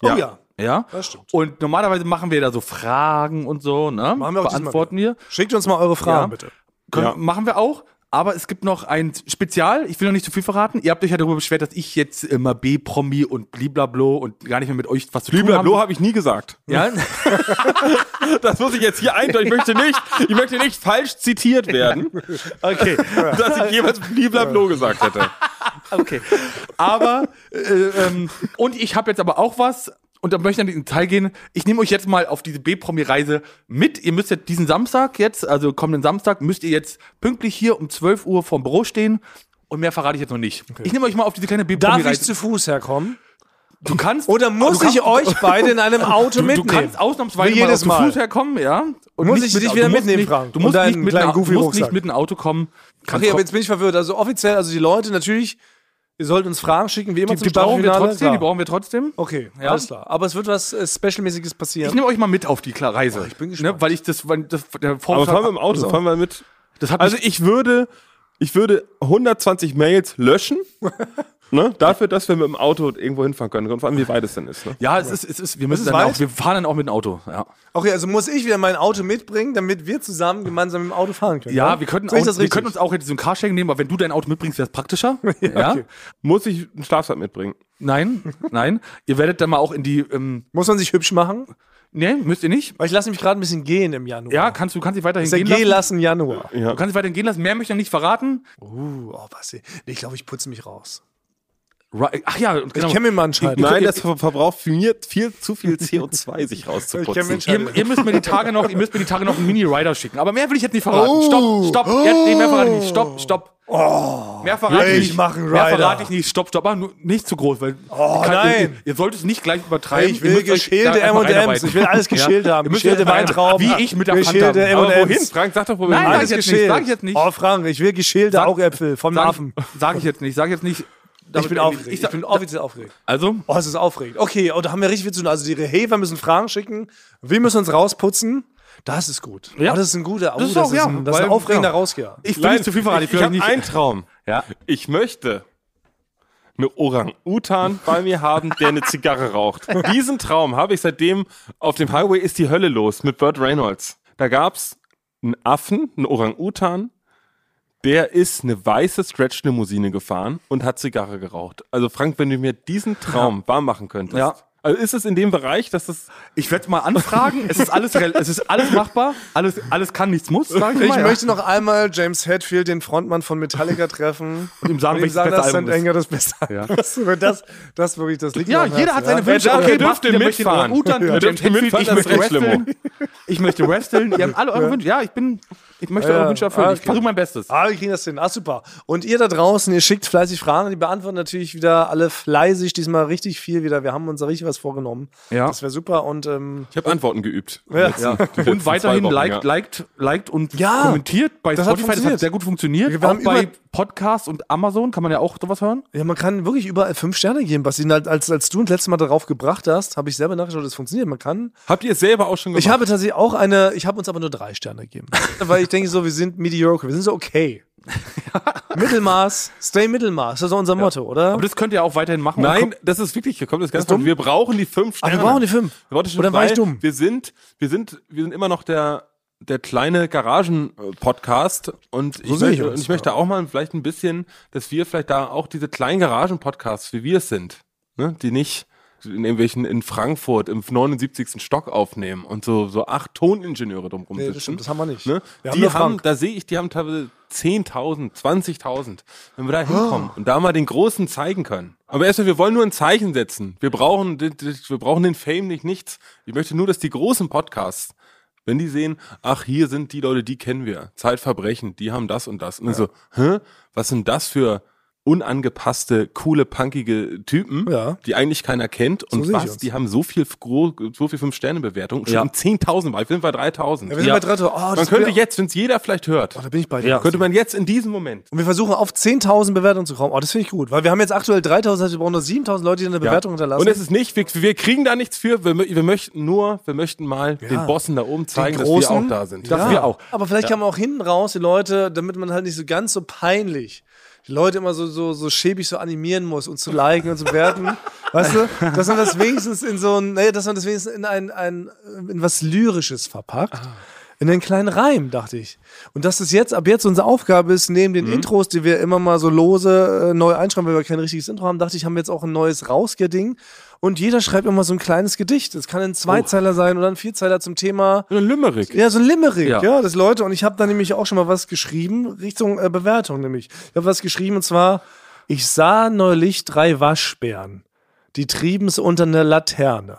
Speaker 2: Ja. Oh ja.
Speaker 3: Ja?
Speaker 2: Das stimmt.
Speaker 3: Und normalerweise machen wir da so Fragen und so, ne?
Speaker 2: Machen wir auch diesmal
Speaker 3: Beantworten wir.
Speaker 2: Schickt uns mal eure Fragen,
Speaker 3: Ja.
Speaker 2: bitte.
Speaker 3: Können,
Speaker 1: Ja.
Speaker 3: Machen wir auch. Aber es gibt noch ein Spezial, ich will noch nicht zu viel verraten. Ihr habt euch ja darüber beschwert, dass ich jetzt immer B-Promi und bliblablo und gar nicht mehr mit euch was zu tun habe.
Speaker 1: Bliblablo habe ich nie gesagt.
Speaker 3: Ja?
Speaker 1: das muss ich jetzt hier eindeuten. Ich möchte nicht, ich möchte nicht falsch zitiert werden,
Speaker 3: Okay.
Speaker 1: dass ich jemals bliblablo gesagt hätte.
Speaker 3: Okay. Aber, äh, ähm, und ich habe jetzt aber auch was, und da möchte ich an diesen Teil gehen. Ich nehme euch jetzt mal auf diese B-Promi-Reise mit. Ihr müsst jetzt diesen Samstag jetzt, also kommenden Samstag, müsst ihr jetzt pünktlich hier um 12 Uhr vorm Büro stehen. Und mehr verrate ich jetzt noch nicht. Ich nehme euch mal auf diese kleine
Speaker 2: Darf
Speaker 3: B-Promi-Reise.
Speaker 2: ich zu Fuß herkommen?
Speaker 3: Du kannst.
Speaker 2: Oder muss
Speaker 3: du
Speaker 2: ich
Speaker 3: kannst-
Speaker 2: euch beide in einem Auto
Speaker 3: Du
Speaker 2: mitnehmen?
Speaker 3: kannst ausnahmsweise
Speaker 2: Wie
Speaker 3: mal auf
Speaker 2: jedes
Speaker 3: den
Speaker 2: Mal.
Speaker 3: Fuß herkommen, ja. Und
Speaker 2: Muss
Speaker 3: nicht
Speaker 2: ich dich wieder
Speaker 3: du musst
Speaker 2: mitnehmen,
Speaker 3: nicht-
Speaker 2: Frank?
Speaker 3: Du
Speaker 2: Und
Speaker 3: musst,
Speaker 2: deinen
Speaker 3: nicht mit,
Speaker 2: kleinen
Speaker 3: einer, du musst
Speaker 2: Goofy-Rucksack.
Speaker 3: nicht mit einem Auto kommen. Kannst
Speaker 2: Okay, aber
Speaker 3: ko-
Speaker 2: jetzt bin ich verwirrt. Also offiziell, also die Leute natürlich, ihr sollt uns Fragen schicken, wie immer
Speaker 3: die,
Speaker 2: zum
Speaker 3: die brauchen wir
Speaker 2: Staffelfinale.
Speaker 3: trotzdem, die
Speaker 2: Klar. Oh,
Speaker 3: brauchen wir trotzdem.
Speaker 2: Okay,
Speaker 3: Ja.
Speaker 2: alles klar. Aber es wird was äh, Specialmäßiges passieren.
Speaker 3: Ich ne- nehme euch mal mit auf die Kla- Reise. ich
Speaker 2: Oh, bin gespannt.
Speaker 3: Ne, weil ich das, weil das der
Speaker 1: Aber
Speaker 3: Vorfall,
Speaker 1: fahren wir im Auto, fahren wir mit.
Speaker 3: das hat
Speaker 1: Also
Speaker 3: mich,
Speaker 1: ich würde, ich würde 120 Mails löschen, ne, dafür, dass wir mit dem Auto irgendwo hinfahren können. Und vor allem, wie weit es denn ist. Ne?
Speaker 3: ja, es ist, es ist, wir müssen
Speaker 2: ist
Speaker 3: dann
Speaker 2: weit.
Speaker 3: auch, wir fahren dann auch mit dem Auto. Ja,
Speaker 2: Okay, also muss ich wieder mein Auto mitbringen, damit wir zusammen gemeinsam im Auto fahren können. ne?
Speaker 3: ja wir könnten
Speaker 2: Sehe ich
Speaker 3: auch,
Speaker 2: das
Speaker 3: wir
Speaker 2: richtig?
Speaker 3: könnten uns auch jetzt so ein Carsharing nehmen, aber wenn du dein Auto mitbringst, wäre es praktischer. ja,
Speaker 1: Muss ich einen Schlafsack mitbringen?
Speaker 3: nein, nein. Ihr werdet dann mal auch in die, ähm,
Speaker 2: Muss man sich hübsch machen?
Speaker 3: nee, müsst ihr nicht.
Speaker 2: Weil ich lasse mich gerade ein bisschen gehen im Januar.
Speaker 3: Ja, kannst du kannst dich weiterhin
Speaker 2: ist der
Speaker 3: gehen lassen.
Speaker 2: G-Lassen Januar.
Speaker 3: Du kannst dich weiterhin gehen lassen. Mehr möchte ich noch nicht verraten.
Speaker 2: Uh, oh, Basti. Nee, ich glaube, ich putze mich raus.
Speaker 3: Ri- Ach ja, und genau.
Speaker 2: Ich kenne mir mal einen Scheitel.
Speaker 1: Nein, das ver- verbraucht viel, viel zu viel CO2, sich
Speaker 2: Ich kenn
Speaker 1: rauszuputzen.
Speaker 2: mich-
Speaker 3: Ihr, ihr müsst mir die Tage noch, ihr müsst mir die Tage noch einen Mini-Rider schicken. Aber mehr will ich jetzt nicht verraten.
Speaker 2: Oh.
Speaker 3: Stopp, stopp. Jetzt, nee, mehr verrate ich nicht. Stopp, stopp. mehr verrate
Speaker 2: ich
Speaker 3: ich nicht.
Speaker 2: mach einen
Speaker 3: Mehr
Speaker 2: Rider.
Speaker 3: verrate ich nicht. Stopp, stopp. Ah, nur nicht zu groß, weil
Speaker 2: Oh,
Speaker 3: ihr
Speaker 2: nein.
Speaker 3: Ihr, ihr solltet es nicht gleich übertreiben.
Speaker 2: Ich will
Speaker 3: Ihr müsst euch
Speaker 2: geschälte
Speaker 3: da erstmal
Speaker 2: M&Ms.
Speaker 3: reinarbeiten.
Speaker 2: Ich will alles geschält haben.
Speaker 3: Ihr müsst
Speaker 2: Geschälte
Speaker 3: euch da
Speaker 2: Weintrauben.
Speaker 3: Wie ich mit der
Speaker 2: Geschälte
Speaker 3: Fanta.
Speaker 2: M&Ms.
Speaker 1: Aber wohin? Frank, sag doch, wo wir
Speaker 3: Nein,
Speaker 1: hinfahren.
Speaker 3: nein, ich jetzt nicht, sag ich jetzt nicht.
Speaker 2: Oh, Frank, ich will geschälte Augäpfel vom
Speaker 3: Sag-
Speaker 2: Hafen.
Speaker 3: Sag ich jetzt nicht. Sag ich jetzt nicht.
Speaker 2: Ich bin aufgeregt.
Speaker 3: Ich
Speaker 2: Ich,
Speaker 3: sag,
Speaker 2: bin offiziell aufgeregt.
Speaker 3: also,
Speaker 2: Oh, es ist aufregend. Okay, oh, da haben wir richtig viel zu tun. Also die Rehefer müssen Fragen schicken. Wir müssen uns rausputzen. Das ist gut.
Speaker 3: Ja.
Speaker 2: Oh, das ist ein guter. Oh,
Speaker 3: Das ist auch, ja,
Speaker 2: ein, das ist ein
Speaker 3: weil-
Speaker 2: aufregender
Speaker 3: ja.
Speaker 2: Rausgeher.
Speaker 3: ich will nicht zu viel verraten.
Speaker 1: Ich, ich
Speaker 3: will euch
Speaker 1: habe
Speaker 3: nicht-
Speaker 1: einen Traum.
Speaker 3: Ja.
Speaker 1: Ich möchte eine Orang-Utan bei mir haben, der eine Zigarre raucht. Diesen Traum habe ich seitdem auf dem Highway ist die Hölle los mit Burt Reynolds. Da gab's einen Affen, einen Orang-Utan, der ist eine weiße Stretch-Limousine gefahren und hat Zigarre geraucht. Also Frank, wenn du mir diesen Traum wahr machen könntest.
Speaker 3: Ja.
Speaker 1: Also ist es in dem Bereich, dass das
Speaker 3: Ich werde mal anfragen. es ist alles, rel- es ist alles machbar. Alles, alles kann, nichts muss. Sag
Speaker 2: Ich
Speaker 3: mal, ja.
Speaker 2: möchte noch einmal James Hetfield, den Frontmann von Metallica, treffen.
Speaker 3: Und ihm sagen,
Speaker 2: Und ihm
Speaker 3: welches
Speaker 2: sagen,
Speaker 3: beste
Speaker 2: dass
Speaker 3: Album
Speaker 2: St.
Speaker 3: ist.
Speaker 2: Anger das beste Album ist. Weil Das, das wirklich, das liegt mir
Speaker 3: Ja,
Speaker 2: am
Speaker 3: jeder
Speaker 2: Herzen,
Speaker 3: hat seine
Speaker 2: ja.
Speaker 3: Wünsche.
Speaker 1: Ja, okay, dürft
Speaker 3: Basti,
Speaker 1: ihr
Speaker 3: der möchte
Speaker 1: mitfahren.
Speaker 3: einen Orang-Utan,
Speaker 1: Ja,
Speaker 3: der
Speaker 1: dürft ihr
Speaker 3: James
Speaker 1: mitfahren,
Speaker 3: Hetfield, ich
Speaker 1: das
Speaker 3: möchte
Speaker 1: Recht,
Speaker 3: wresteln. Ich möchte wresteln. Ihr habt alle eure Wünsche. Ja, ich bin, ich möchte
Speaker 2: Ja,
Speaker 3: eure Wünsche erfüllen.
Speaker 2: ah,
Speaker 3: Ich
Speaker 2: okay.
Speaker 3: versuche mein Bestes.
Speaker 2: Ah, wir kriegen das hin. Ah, super. Und ihr da draußen, ihr schickt fleißig Fragen. Die beantworten natürlich wieder alle fleißig. Diesmal richtig viel wieder. Wir haben uns da richtig was vorgenommen.
Speaker 3: Ja.
Speaker 2: Das wäre super. Und ähm,
Speaker 1: Ich habe Antworten geübt.
Speaker 2: ja.
Speaker 3: Und weiterhin
Speaker 1: Wochen,
Speaker 3: liked,
Speaker 1: ja.
Speaker 3: liked, liked und
Speaker 2: Ja,
Speaker 3: kommentiert bei
Speaker 2: das hat
Speaker 3: Spotify. Das
Speaker 2: funktioniert.
Speaker 3: hat sehr gut funktioniert.
Speaker 2: Wir
Speaker 3: auch
Speaker 2: haben
Speaker 3: bei
Speaker 2: über-
Speaker 3: Podcasts und Amazon kann man ja auch sowas hören.
Speaker 2: ja, man kann wirklich überall fünf Sterne geben. Basti, als, als, als du uns letztes Mal darauf gebracht hast, habe ich selber nachgeschaut, das funktioniert. Man kann
Speaker 1: Habt ihr es selber auch schon gemacht?
Speaker 2: Ich habe tatsächlich auch eine, ich habe uns aber nur drei Sterne gegeben. Weil ich denke so, wir sind mediocre, wir sind so okay. Mittelmaß, stay Mittelmaß, das ist auch unser Motto, oder?
Speaker 3: Aber das könnt ihr auch weiterhin machen.
Speaker 1: Nein, das ist wirklich, hier kommt das ganz
Speaker 2: dumm?
Speaker 1: Wir brauchen die fünf
Speaker 2: Aber
Speaker 1: Sterne.
Speaker 2: wir brauchen die fünf.
Speaker 1: Wir brauchen die fünf,
Speaker 2: Oder war ich
Speaker 1: weil
Speaker 2: dumm?
Speaker 1: Wir sind, wir sind, wir sind immer noch der, der kleine Garagen-Podcast und ich,
Speaker 2: sehe ich
Speaker 1: möchte,
Speaker 2: uns,
Speaker 1: und ich möchte auch mal vielleicht ein bisschen, dass wir vielleicht da auch diese kleinen Garagen-Podcasts, wie wir es sind, ne, die nicht in irgendwelchen in Frankfurt im 79. Stock aufnehmen und so, so acht Toningenieure drumrum
Speaker 2: Nee,
Speaker 1: sitzen.
Speaker 2: das stimmt, das haben wir nicht.
Speaker 1: Ne?
Speaker 2: Wir haben
Speaker 1: die
Speaker 2: nur
Speaker 1: haben,
Speaker 2: Frank.
Speaker 1: da sehe ich, die haben teilweise 10.000, 20.000. Wenn wir da hinkommen und da mal den Großen zeigen können. Aber erstmal, wir wollen nur ein Zeichen setzen. Wir brauchen, den- den- wir brauchen den Fame nicht nichts. Ich möchte nur, dass die großen Podcasts, wenn die sehen, ach, hier sind die Leute, die kennen wir. Zeitverbrechen, die haben das und das. Und dann so, hä? Was sind das für unangepasste, coole, punkige Typen,
Speaker 2: Ja.
Speaker 1: die eigentlich keiner kennt und
Speaker 2: sehe ich
Speaker 1: was,
Speaker 2: uns.
Speaker 1: die haben so viel, gro- so viel Fünf-Sterne-Bewertungen, schon
Speaker 3: Ja.
Speaker 1: um 10.000 bei, sind bei 3.000.
Speaker 2: wir sind bei drei, oh,
Speaker 1: Man
Speaker 2: das
Speaker 1: könnte
Speaker 2: wär-
Speaker 1: jetzt, wenn es jeder vielleicht hört,
Speaker 2: Oh, da bin ich bei dir.
Speaker 3: Ja.
Speaker 1: könnte man jetzt in diesem Moment.
Speaker 2: Und wir versuchen auf 10.000 Bewertungen zu kommen. Oh, das finde ich gut, weil wir haben jetzt aktuell 3.000, also wir brauchen nur 7.000 Leute, die eine Bewertung hinterlassen.
Speaker 1: Und es ist nicht, wir, wir kriegen da nichts für, wir, mö- wir möchten nur, wir möchten mal den Bossen da oben zeigen, dass wir auch da sind.
Speaker 2: Dass
Speaker 1: Dass
Speaker 2: ja.
Speaker 1: wir auch.
Speaker 2: Aber vielleicht kann man auch hinten raus die Leute, damit man halt nicht so ganz so peinlich die Leute immer so, so, so schäbig so animieren muss und zu liken und zu werten. weißt du, dass man
Speaker 1: Ah.
Speaker 2: das wenigstens in so ein, naja, dass man das wenigstens in ein, ein in was Lyrisches verpackt. in einen kleinen Reim, dachte ich. Und dass es jetzt, ab jetzt unsere Aufgabe ist, neben
Speaker 1: Mhm.
Speaker 2: den Intros, die wir immer mal so lose äh, neu einschreiben, weil wir kein richtiges Intro haben, dachte ich, haben wir jetzt auch ein neues Rausgeding. Und jeder schreibt immer so ein kleines Gedicht. Es kann ein Zweizeiler sein oder ein Vierzeiler zum Thema.
Speaker 1: Ein Limerick.
Speaker 2: Ja, so ein Limerick, ja. ja, das Leute. Und ich habe da nämlich auch schon mal was geschrieben, Richtung äh, Bewertung nämlich. Ich habe was geschrieben und zwar, ich sah neulich drei Waschbären, die trieben's unter einer Laterne.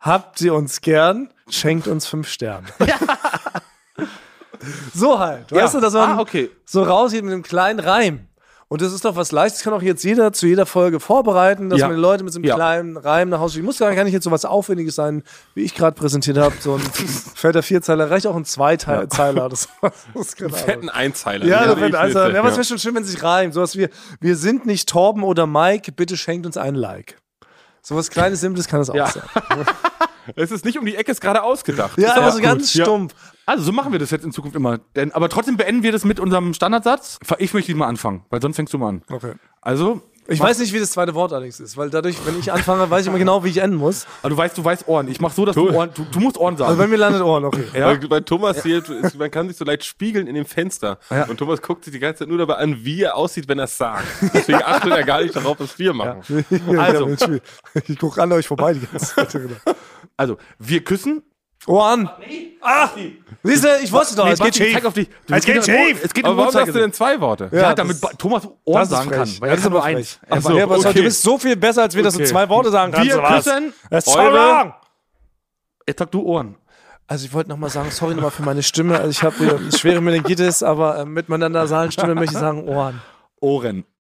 Speaker 2: Habt ihr uns gern, schenkt uns fünf Sterne. so halt. Weißt du, dass man
Speaker 1: Ah, okay.
Speaker 2: so rausgeht mit einem kleinen Reim. Und das ist doch was Leichtes, kann auch jetzt jeder zu jeder Folge vorbereiten, dass
Speaker 1: Ja.
Speaker 2: man die Leute mit so einem
Speaker 1: Ja.
Speaker 2: kleinen Reim nach Hause schickt. Muss gar gar nicht jetzt so was Aufwendiges sein, wie ich gerade präsentiert habe. So ein fetter Vierzeiler, reicht auch ein Zweiteiler. Das, das kann
Speaker 1: Fetten Einzeiler.
Speaker 2: ja,
Speaker 1: das
Speaker 2: das wird also, ja, was wäre schon schön, wenn es sich reimt. Sowas wie, wir sind nicht Torben oder Mike, bitte schenkt uns ein Like. Sowas kleines, simples kann das auch
Speaker 1: Ja.
Speaker 2: sein.
Speaker 1: Es ist nicht um die Ecke, ist gerade ausgedacht.
Speaker 2: Ja,
Speaker 1: Ist
Speaker 2: aber
Speaker 1: doch
Speaker 2: so
Speaker 1: gut.
Speaker 2: ganz
Speaker 1: Ja.
Speaker 2: stumpf.
Speaker 3: Also so machen wir das jetzt in Zukunft immer. Denn, aber trotzdem beenden wir das mit unserem Standardsatz. Ich möchte mal anfangen, weil sonst fängst du mal an.
Speaker 2: Okay.
Speaker 3: Also,
Speaker 2: Ich weiß nicht, wie das zweite Wort allerdings ist, weil dadurch, wenn ich anfange, weiß ich immer genau, wie ich enden muss.
Speaker 3: aber du weißt, du weißt Ohren. Ich mach so, dass du Ohren, du, du musst Ohren sagen.
Speaker 2: Also bei mir landet Ohren, okay.
Speaker 1: Weil, bei Thomas hier, ist, man kann sich so leicht spiegeln in dem Fenster. Und Thomas guckt sich die ganze Zeit nur dabei an, wie er aussieht, wenn er es sagt. Deswegen achtet er gar nicht darauf, was wir machen.
Speaker 2: Also. Ich gucke an euch vorbei die ganze Zeit. genau.
Speaker 3: also, wir küssen.
Speaker 2: Ohren. Ah! Siehst du, ich wusste doch, es
Speaker 3: warte,
Speaker 2: geht
Speaker 3: ich zeig
Speaker 2: schief.
Speaker 3: auf dich. Du-
Speaker 2: Es geht
Speaker 3: du-
Speaker 2: schief.
Speaker 3: Es geht
Speaker 1: Aber
Speaker 3: um
Speaker 1: warum sagst du
Speaker 3: Uhrzeigersinn.
Speaker 1: denn zwei Worte?
Speaker 3: Ja,
Speaker 2: Ja,
Speaker 3: damit
Speaker 2: das-
Speaker 3: ba- Thomas Ohren
Speaker 2: Das ist
Speaker 3: sagen kann.
Speaker 2: frech.
Speaker 3: Weil
Speaker 2: Ja,
Speaker 3: er
Speaker 2: das
Speaker 3: kann
Speaker 2: ist
Speaker 3: nur
Speaker 2: aber
Speaker 3: eins.
Speaker 2: frech.
Speaker 3: Er
Speaker 1: Ach so,
Speaker 3: war-
Speaker 2: Ja, aber
Speaker 1: Okay.
Speaker 2: du bist so viel besser, als wir das in zwei Worte sagen kannst.
Speaker 3: Wir
Speaker 2: oder was?
Speaker 3: küssen
Speaker 2: Das ist
Speaker 1: eure-
Speaker 2: toll lang.
Speaker 3: Jetzt sag du Ohren.
Speaker 2: Also ich wollte nochmal sagen, sorry nochmal für meine Stimme. Also ich habe hier schwere Meningitis, aber äh, mit meiner nasalen Stimme möchte ich sagen Ohren.
Speaker 3: Ohren.